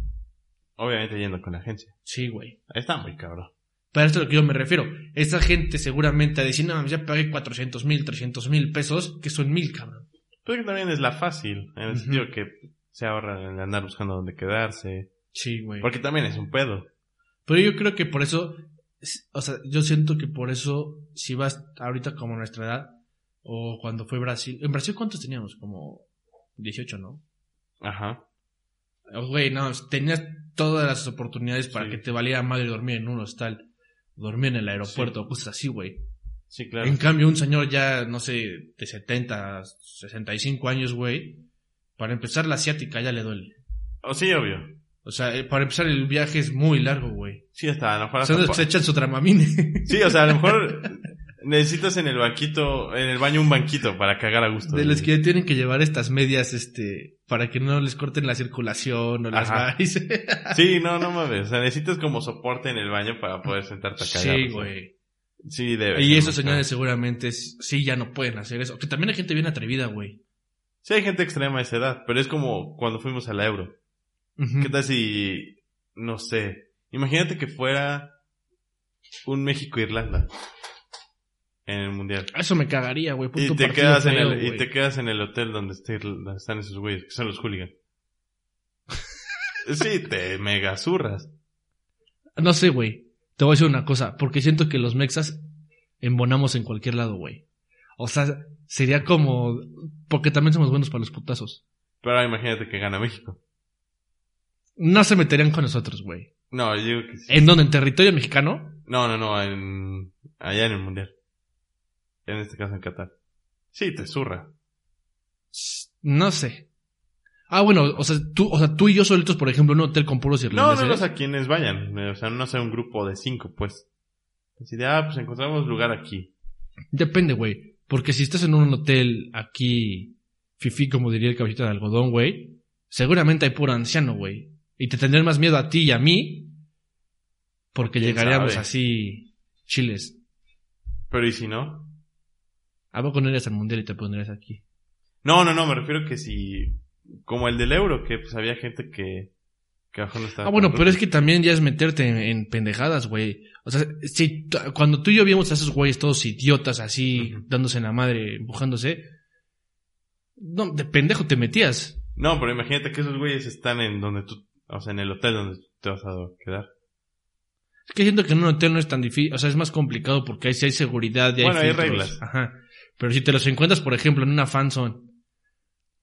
B: Obviamente yendo con la agencia.
A: Sí, güey.
B: Está muy cabrón.
A: Para esto es a lo que yo me refiero. Esa gente seguramente a decir, no, ya pagué 400 mil, 300 mil pesos, que son mil, cabrón.
B: Pero que también es la fácil, en el
A: Ujú.
B: sentido que se ahorra el andar buscando dónde quedarse.
A: Sí, güey.
B: Porque también es un pedo.
A: Pero yo creo que por eso, s- o sea, yo siento que por eso, si vas ahorita como a nuestra edad, o cuando fue Brasil, en Brasil cuántos teníamos, como 18, ¿no?
B: Ajá.
A: Oh, Güey, no, tenías todas las oportunidades para
B: Sí.
A: que te valiera madre dormir en un hostal, dormir en el aeropuerto, cosas así, güey.
B: Sí, claro.
A: En cambio, un señor ya, no sé, de 70, 65 años, güey, para empezar la asiática ya le duele.
B: O sí, obvio.
A: O sea, eh, para empezar el viaje es muy largo, güey.
B: Sí, hasta a lo mejor
A: O
B: hasta
A: sea,
B: pa-
A: se echan su dramamine.
B: Sí, o sea, a lo mejor Necesitas en el banquito, en el baño un banquito para cagar a gusto.
A: De los que ya tienen que llevar estas medias, este, para que no les corten la circulación o las
B: Ajá.
A: varices.
B: Sí, no, no mames. O sea, necesitas como soporte en el baño para poder sentarte a cagar. o
A: Sí,
B: sea.
A: güey.
B: Sí, debe.
A: Y
B: ser
A: esos
B: más
A: señores seguramente es- sí ya no pueden hacer eso. Que también hay gente bien atrevida, güey.
B: caro. Sí, hay gente extrema a esa edad, pero es como cuando fuimos a la Euro.
A: Ujú.
B: ¿Qué tal si, no sé, imagínate que fuera un México-Irlanda en el Mundial?
A: Eso me cagaría, güey. Puto
B: Y te,
A: partido
B: quedas en
A: feo,
B: el, y
A: güey.
B: te quedas en el hotel donde está Irl- donde están esos güeyes, que son los hooligans. sí, te mega zurras.
A: No sé, güey. Te voy a decir una cosa, porque siento que los mexas embonamos en cualquier lado, güey. O sea, sería como... Porque también somos buenos para los putazos.
B: Pero ahora imagínate que gana México.
A: No se meterían con nosotros, güey.
B: No, yo digo que sí.
A: ¿En dónde? ¿En territorio mexicano?
B: No, no, no, en, allá en el Mundial. En este caso en Qatar. Sí, te zurra.
A: No sé. Ah, bueno, o sea, tú, o sea, tú y yo solitos, por ejemplo, en un hotel con puros
B: No,
A: irlandeses.
B: no, no sé a quienes vayan. O sea, no sé, un grupo de cinco, pues. Así de, ah, pues encontramos lugar aquí.
A: Depende, güey. Porque si estás en un hotel aquí, fifi, como diría el caballito de algodón, güey, seguramente hay puro anciano, güey. Y te tendrían más miedo a ti y a mí, porque
B: ¿Quién
A: llegaríamos
B: sabe?
A: así, chiles.
B: Pero ¿y si no?
A: ¿A poco no irías al mundial y te pondrías aquí?
B: No, no, no, me refiero que si... Como el del euro, que pues había gente que... que abajo no estaba
A: Ah, bueno,
B: tan
A: pero es
B: ruca.
A: que también ya es meterte en, en pendejadas, güey. O sea, si t- cuando tú y yo vimos a esos güeyes todos idiotas así,
B: Ujú.
A: dándose en la madre, empujándose, no, de pendejo te metías.
B: No, pero imagínate que esos güeyes están en donde tú... O sea, en el hotel donde te vas a quedar.
A: Es que siento que en un hotel no es tan difícil, o sea, es más complicado porque ahí sí hay seguridad y hay
B: Bueno, hay
A: filtros.
B: reglas.
A: Ajá. Pero si te los encuentras, por ejemplo, en una fanzone,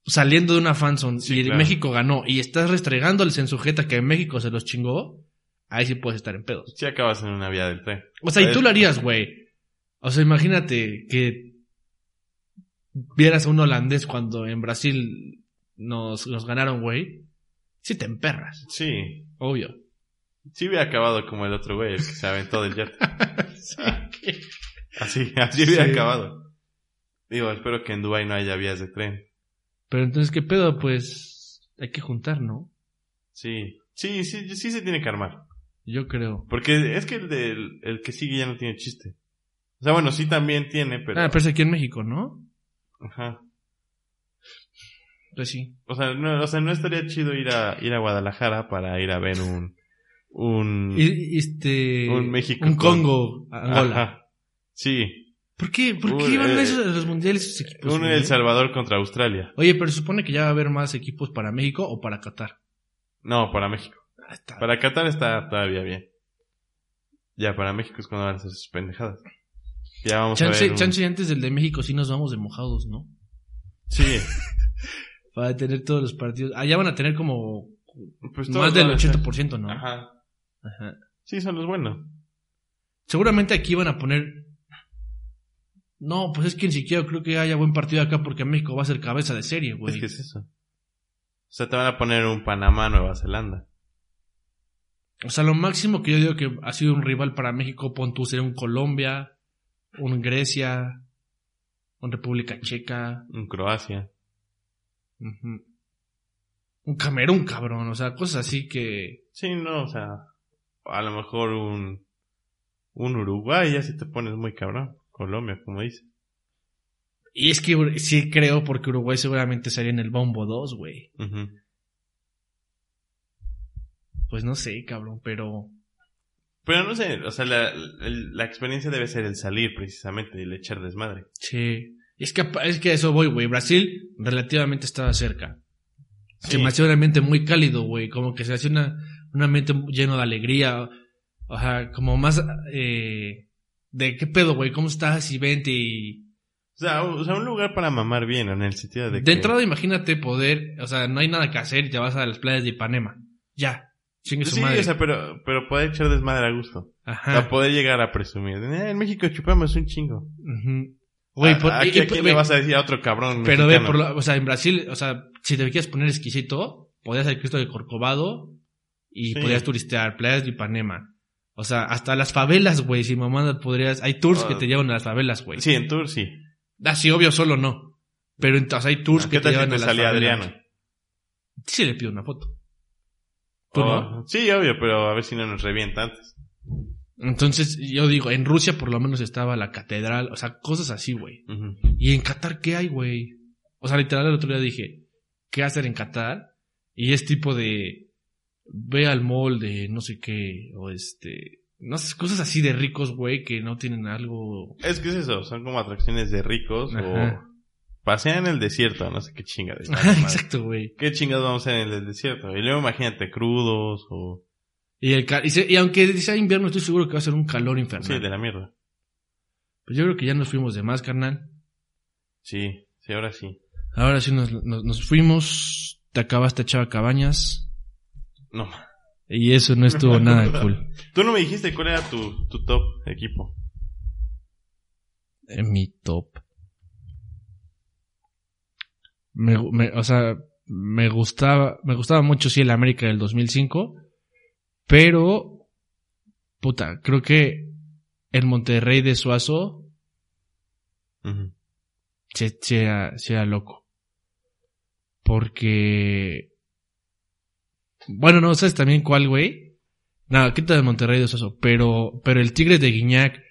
A: saliendo de una fanzone
B: Sí,
A: y
B: claro.
A: México ganó y estás restregándoles en sujeta que México se los chingó, ahí sí puedes estar en pedos.
B: Si acabas en una vía del tren.
A: O sea, y
B: Es-
A: tú lo harías, güey. O sea, imagínate que vieras a un holandés cuando en Brasil nos, nos ganaron, güey. Sí te emperras,
B: Sí.
A: obvio.
B: Sí hubiera acabado como el otro güey, el que se aventó del jet. Así, así hubiera
A: Sí.
B: acabado. Digo, espero que en Dubai no haya vías de tren.
A: Pero entonces, ¿qué pedo? Pues hay que juntar, ¿no?
B: Sí, sí, sí, sí se tiene que armar.
A: Yo creo.
B: Porque es que el, del, el que sigue ya no tiene chiste. O sea, bueno, sí también tiene, pero...
A: Ah, pero es aquí en México, ¿no?
B: Ajá.
A: Pues sí.
B: O sea, no, o sea, no estaría chido ir a, ir a Guadalajara para ir a ver un... Un...
A: Y- y este.
B: Mm. Un México
A: Un
B: con-
A: Congo, Angola.
B: Ajá. Sí.
A: ¿Por qué? ¿Por
B: Un,
A: qué iban
B: eh,
A: esos, los mundiales esos equipos?
B: un
A: güey?
B: El Salvador contra Australia.
A: Oye, pero se supone que ya va a haber más equipos para México o para Qatar.
B: No, para México.
A: Ah, está-
B: Para Qatar está todavía bien. Ya, para México es cuando van a hacer sus pendejadas. Ya vamos a
A: Chance,
B: ver un-
A: chance y antes del de México sí nos vamos de mojados, ¿no?
B: Sí.
A: Para tener todos los partidos. Allá van a tener como
B: Pues todos
A: más del
B: van a estar-
A: 80%, ¿no?
B: Ajá.
A: Ajá.
B: Sí, son los buenos.
A: Seguramente aquí van a poner. No, pues es que ni siquiera creo que haya buen partido acá porque México va a ser cabeza de serie, güey.
B: Es que es eso. O sea, te van a poner un Panamá, Nueva Zelanda.
A: O sea, lo máximo que yo digo que ha sido un rival para México, pon tú, sería un Colombia, un Grecia, un República Checa,
B: Un Croacia.
A: ujú. un Camerún, cabrón. O sea, cosas así que.
B: Sí, no, o sea, a lo mejor un, un Uruguay, ya si te pones muy cabrón. Colombia, como dices.
A: Y es que Ur- sí creo porque Uruguay seguramente sería en el Bombo 2, güey.
B: Ujú.
A: Pues no sé, cabrón, pero.
B: Pero no sé, o sea, la, el- la experiencia debe ser el salir precisamente, el echar desmadre.
A: Sí. Es que, apa- es que a eso voy, güey. Brasil relativamente estaba cerca.
B: Sí.
A: Se me hacía un ambiente muy cálido, güey. Como que se hacía una, un ambiente lleno de alegría. O sea, como más... Eh, de qué pedo, güey. ¿Cómo estás? Y vente y...
B: O sea, o, o sea, un lugar para mamar bien, en el sentido de
A: De,
B: que...
A: entrada imagínate poder... O sea, no hay nada que hacer y te vas a las playas de Ipanema. Ya. Chingue su
B: Pues Sí,
A: madre. Ah.
B: o sea, pero, pero poder echar desmadre a gusto. O
A: Ajá.
B: sea, poder llegar a presumir. "Eh, en México chupamos un chingo.
A: Ujú. Güey,
B: ¿A-
A: por-
B: ¿A,
A: y-
B: qué-
A: y-
B: a quién
A: güey,
B: Ah, le vas a decir a otro cabrón
A: Pero ve,
B: mexicano?
A: por lo- o sea, en Brasil, o sea, si te quieres poner exquisito, podías ir al Cristo de Corcovado y
B: Sí.
A: podías turistear playas de Ipanema. O sea, hasta las favelas, güey, si mamada podrías... Hay tours
B: Ah.
A: que te llevan a las favelas, güey.
B: Sí, en Tour sí.
A: Ah, sí, obvio, solo no. Pero entonces hay tours
B: No,
A: que
B: ¿Qué
A: te
B: tal si
A: llevan a
B: te
A: las
B: salía
A: favelas.
B: Adriano?
A: Sí, le pido una foto. ¿Tú
B: Oh,
A: no?
B: Sí, obvio, pero a ver si no nos revienta antes.
A: Entonces, yo digo, en Rusia por lo menos estaba la catedral, o sea, cosas así, güey.
B: Ujú.
A: ¿Y en Qatar qué hay, güey? O sea, literal, el otro día dije, ¿qué hacer en Qatar? Y es tipo de, ve al mall de no sé qué, o este, no sé, cosas así de ricos, güey, que no tienen algo.
B: Es que es eso, son como atracciones de ricos
A: Ajá.
B: o pasean en el desierto, Ah, no sé qué chingas.
A: Exacto, güey.
B: ¿Qué chingas vamos a hacer en el desierto? Y luego imagínate crudos o...
A: Y, el, ca- y, se- y aunque sea invierno, estoy seguro que va a ser un calor infernal.
B: Sí, de la mierda.
A: Pues yo creo que ya nos fuimos de más, carnal.
B: Sí, sí, ahora sí.
A: Ahora sí nos, nos, nos fuimos. Te acabaste Chava Cabañas.
B: No.
A: Y eso no estuvo nada cool.
B: Tú no me dijiste cuál era tu, tu top equipo.
A: En mi top. Me, gu- me- o sea, me gustaba, me gustaba mucho sí el América del 2005. Pero, puta, creo que el Monterrey de Suazo se, se era- se era loco. Porque. Bueno, no, ¿sabes también cuál, güey? Nada, quita de Monterrey de Soso, pero, pero el Tigre de Guiñac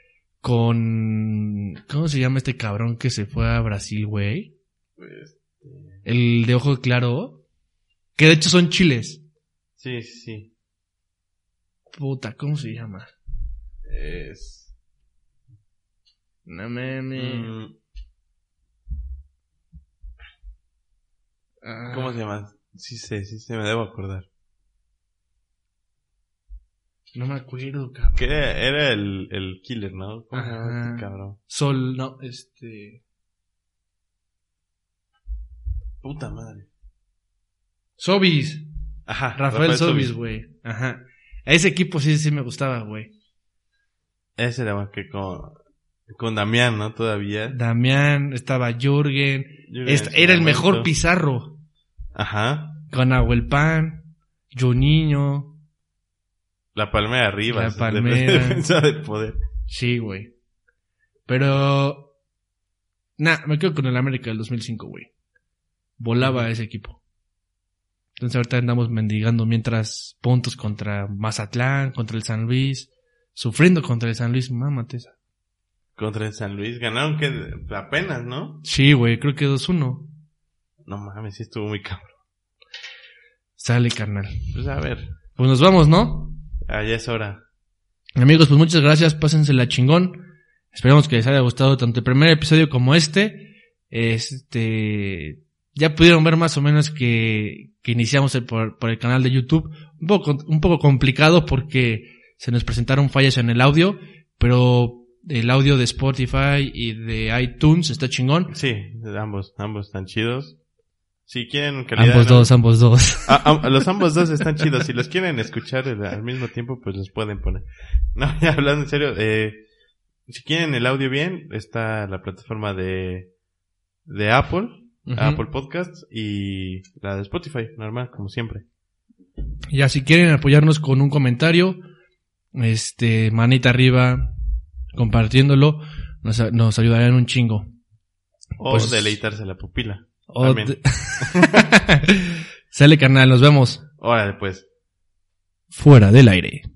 A: con. ¿Cómo se llama este cabrón que se fue a Brasil, güey?
B: Pues,
A: El de ojo claro. Que de hecho son chiles.
B: sí, sí, sí.
A: Puta, ¿cómo se llama?
B: Es...
A: No mames.
B: Mm,
A: Ah,
B: ¿Cómo se llama? Sí sé, sí sé, me debo acordar.
A: No me acuerdo, cabrón.
B: Que era, era el, el killer, ¿no? ¿Cómo se llama
A: Ajá.
B: este cabrón?
A: Sol, no, este.
B: Puta madre.
A: Sobis.
B: Ajá,
A: Rafael Sobis,
B: Sobis.
A: güey. Ajá. Ese equipo sí, sí me gustaba, güey.
B: Ese era más que con, con Damián, ¿no? Todavía.
A: Damián, estaba Jürgen.
B: Yo creo que
A: Esta-
B: en su
A: era el
B: momento.
A: mejor Pizarro.
B: Ajá.
A: Con Nahuel Pan, Juninho.
B: La palmera arriba.
A: La
B: es de-
A: palmera.
B: Defensa del poder.
A: Sí, güey. Pero... Nah, me quedo con el América del 2005, güey. Volaba ese equipo. Entonces ahorita andamos mendigando mientras puntos contra Mazatlán, contra el San Luis. Sufriendo contra el San Luis, mámate esa.
B: Contra el San Luis. Ganaron que apenas, ¿no?
A: Sí, güey, creo que 2-1.
B: No mames, sí estuvo muy cabrón.
A: Sale, carnal.
B: Pues a ver,
A: Pues nos vamos, ¿no?
B: ah, ya es hora.
A: Amigos, pues muchas gracias, pásensela chingón. Esperamos que les haya gustado tanto el primer episodio como este. Este, ya pudieron ver más o menos que, que iniciamos el- por, por el canal de YouTube. Un poco, un poco complicado porque se nos presentaron fallas en el audio, pero el audio de Spotify y de iTunes está chingón.
B: Sí, ambos, ambos están chidos. Si quieren calidad...
A: Ambos
B: ¿no?
A: dos, ambos dos.
B: Ah, am- los ambos dos están chidos. Si los quieren escuchar el- al mismo tiempo, pues los pueden poner. No, ya hablando en serio, eh, si quieren el audio bien, está la plataforma de, de Apple, Apple Podcasts y la de Spotify, normal, como siempre.
A: Ya si quieren apoyarnos con un comentario, este, manita arriba, compartiéndolo, nos, a- nos ayudarán un chingo.
B: O
A: Pues-
B: deleitarse la pupila.
A: O
B: También.
A: de- Sale carnal, nos vemos
B: Órale, pues.
A: fuera del aire.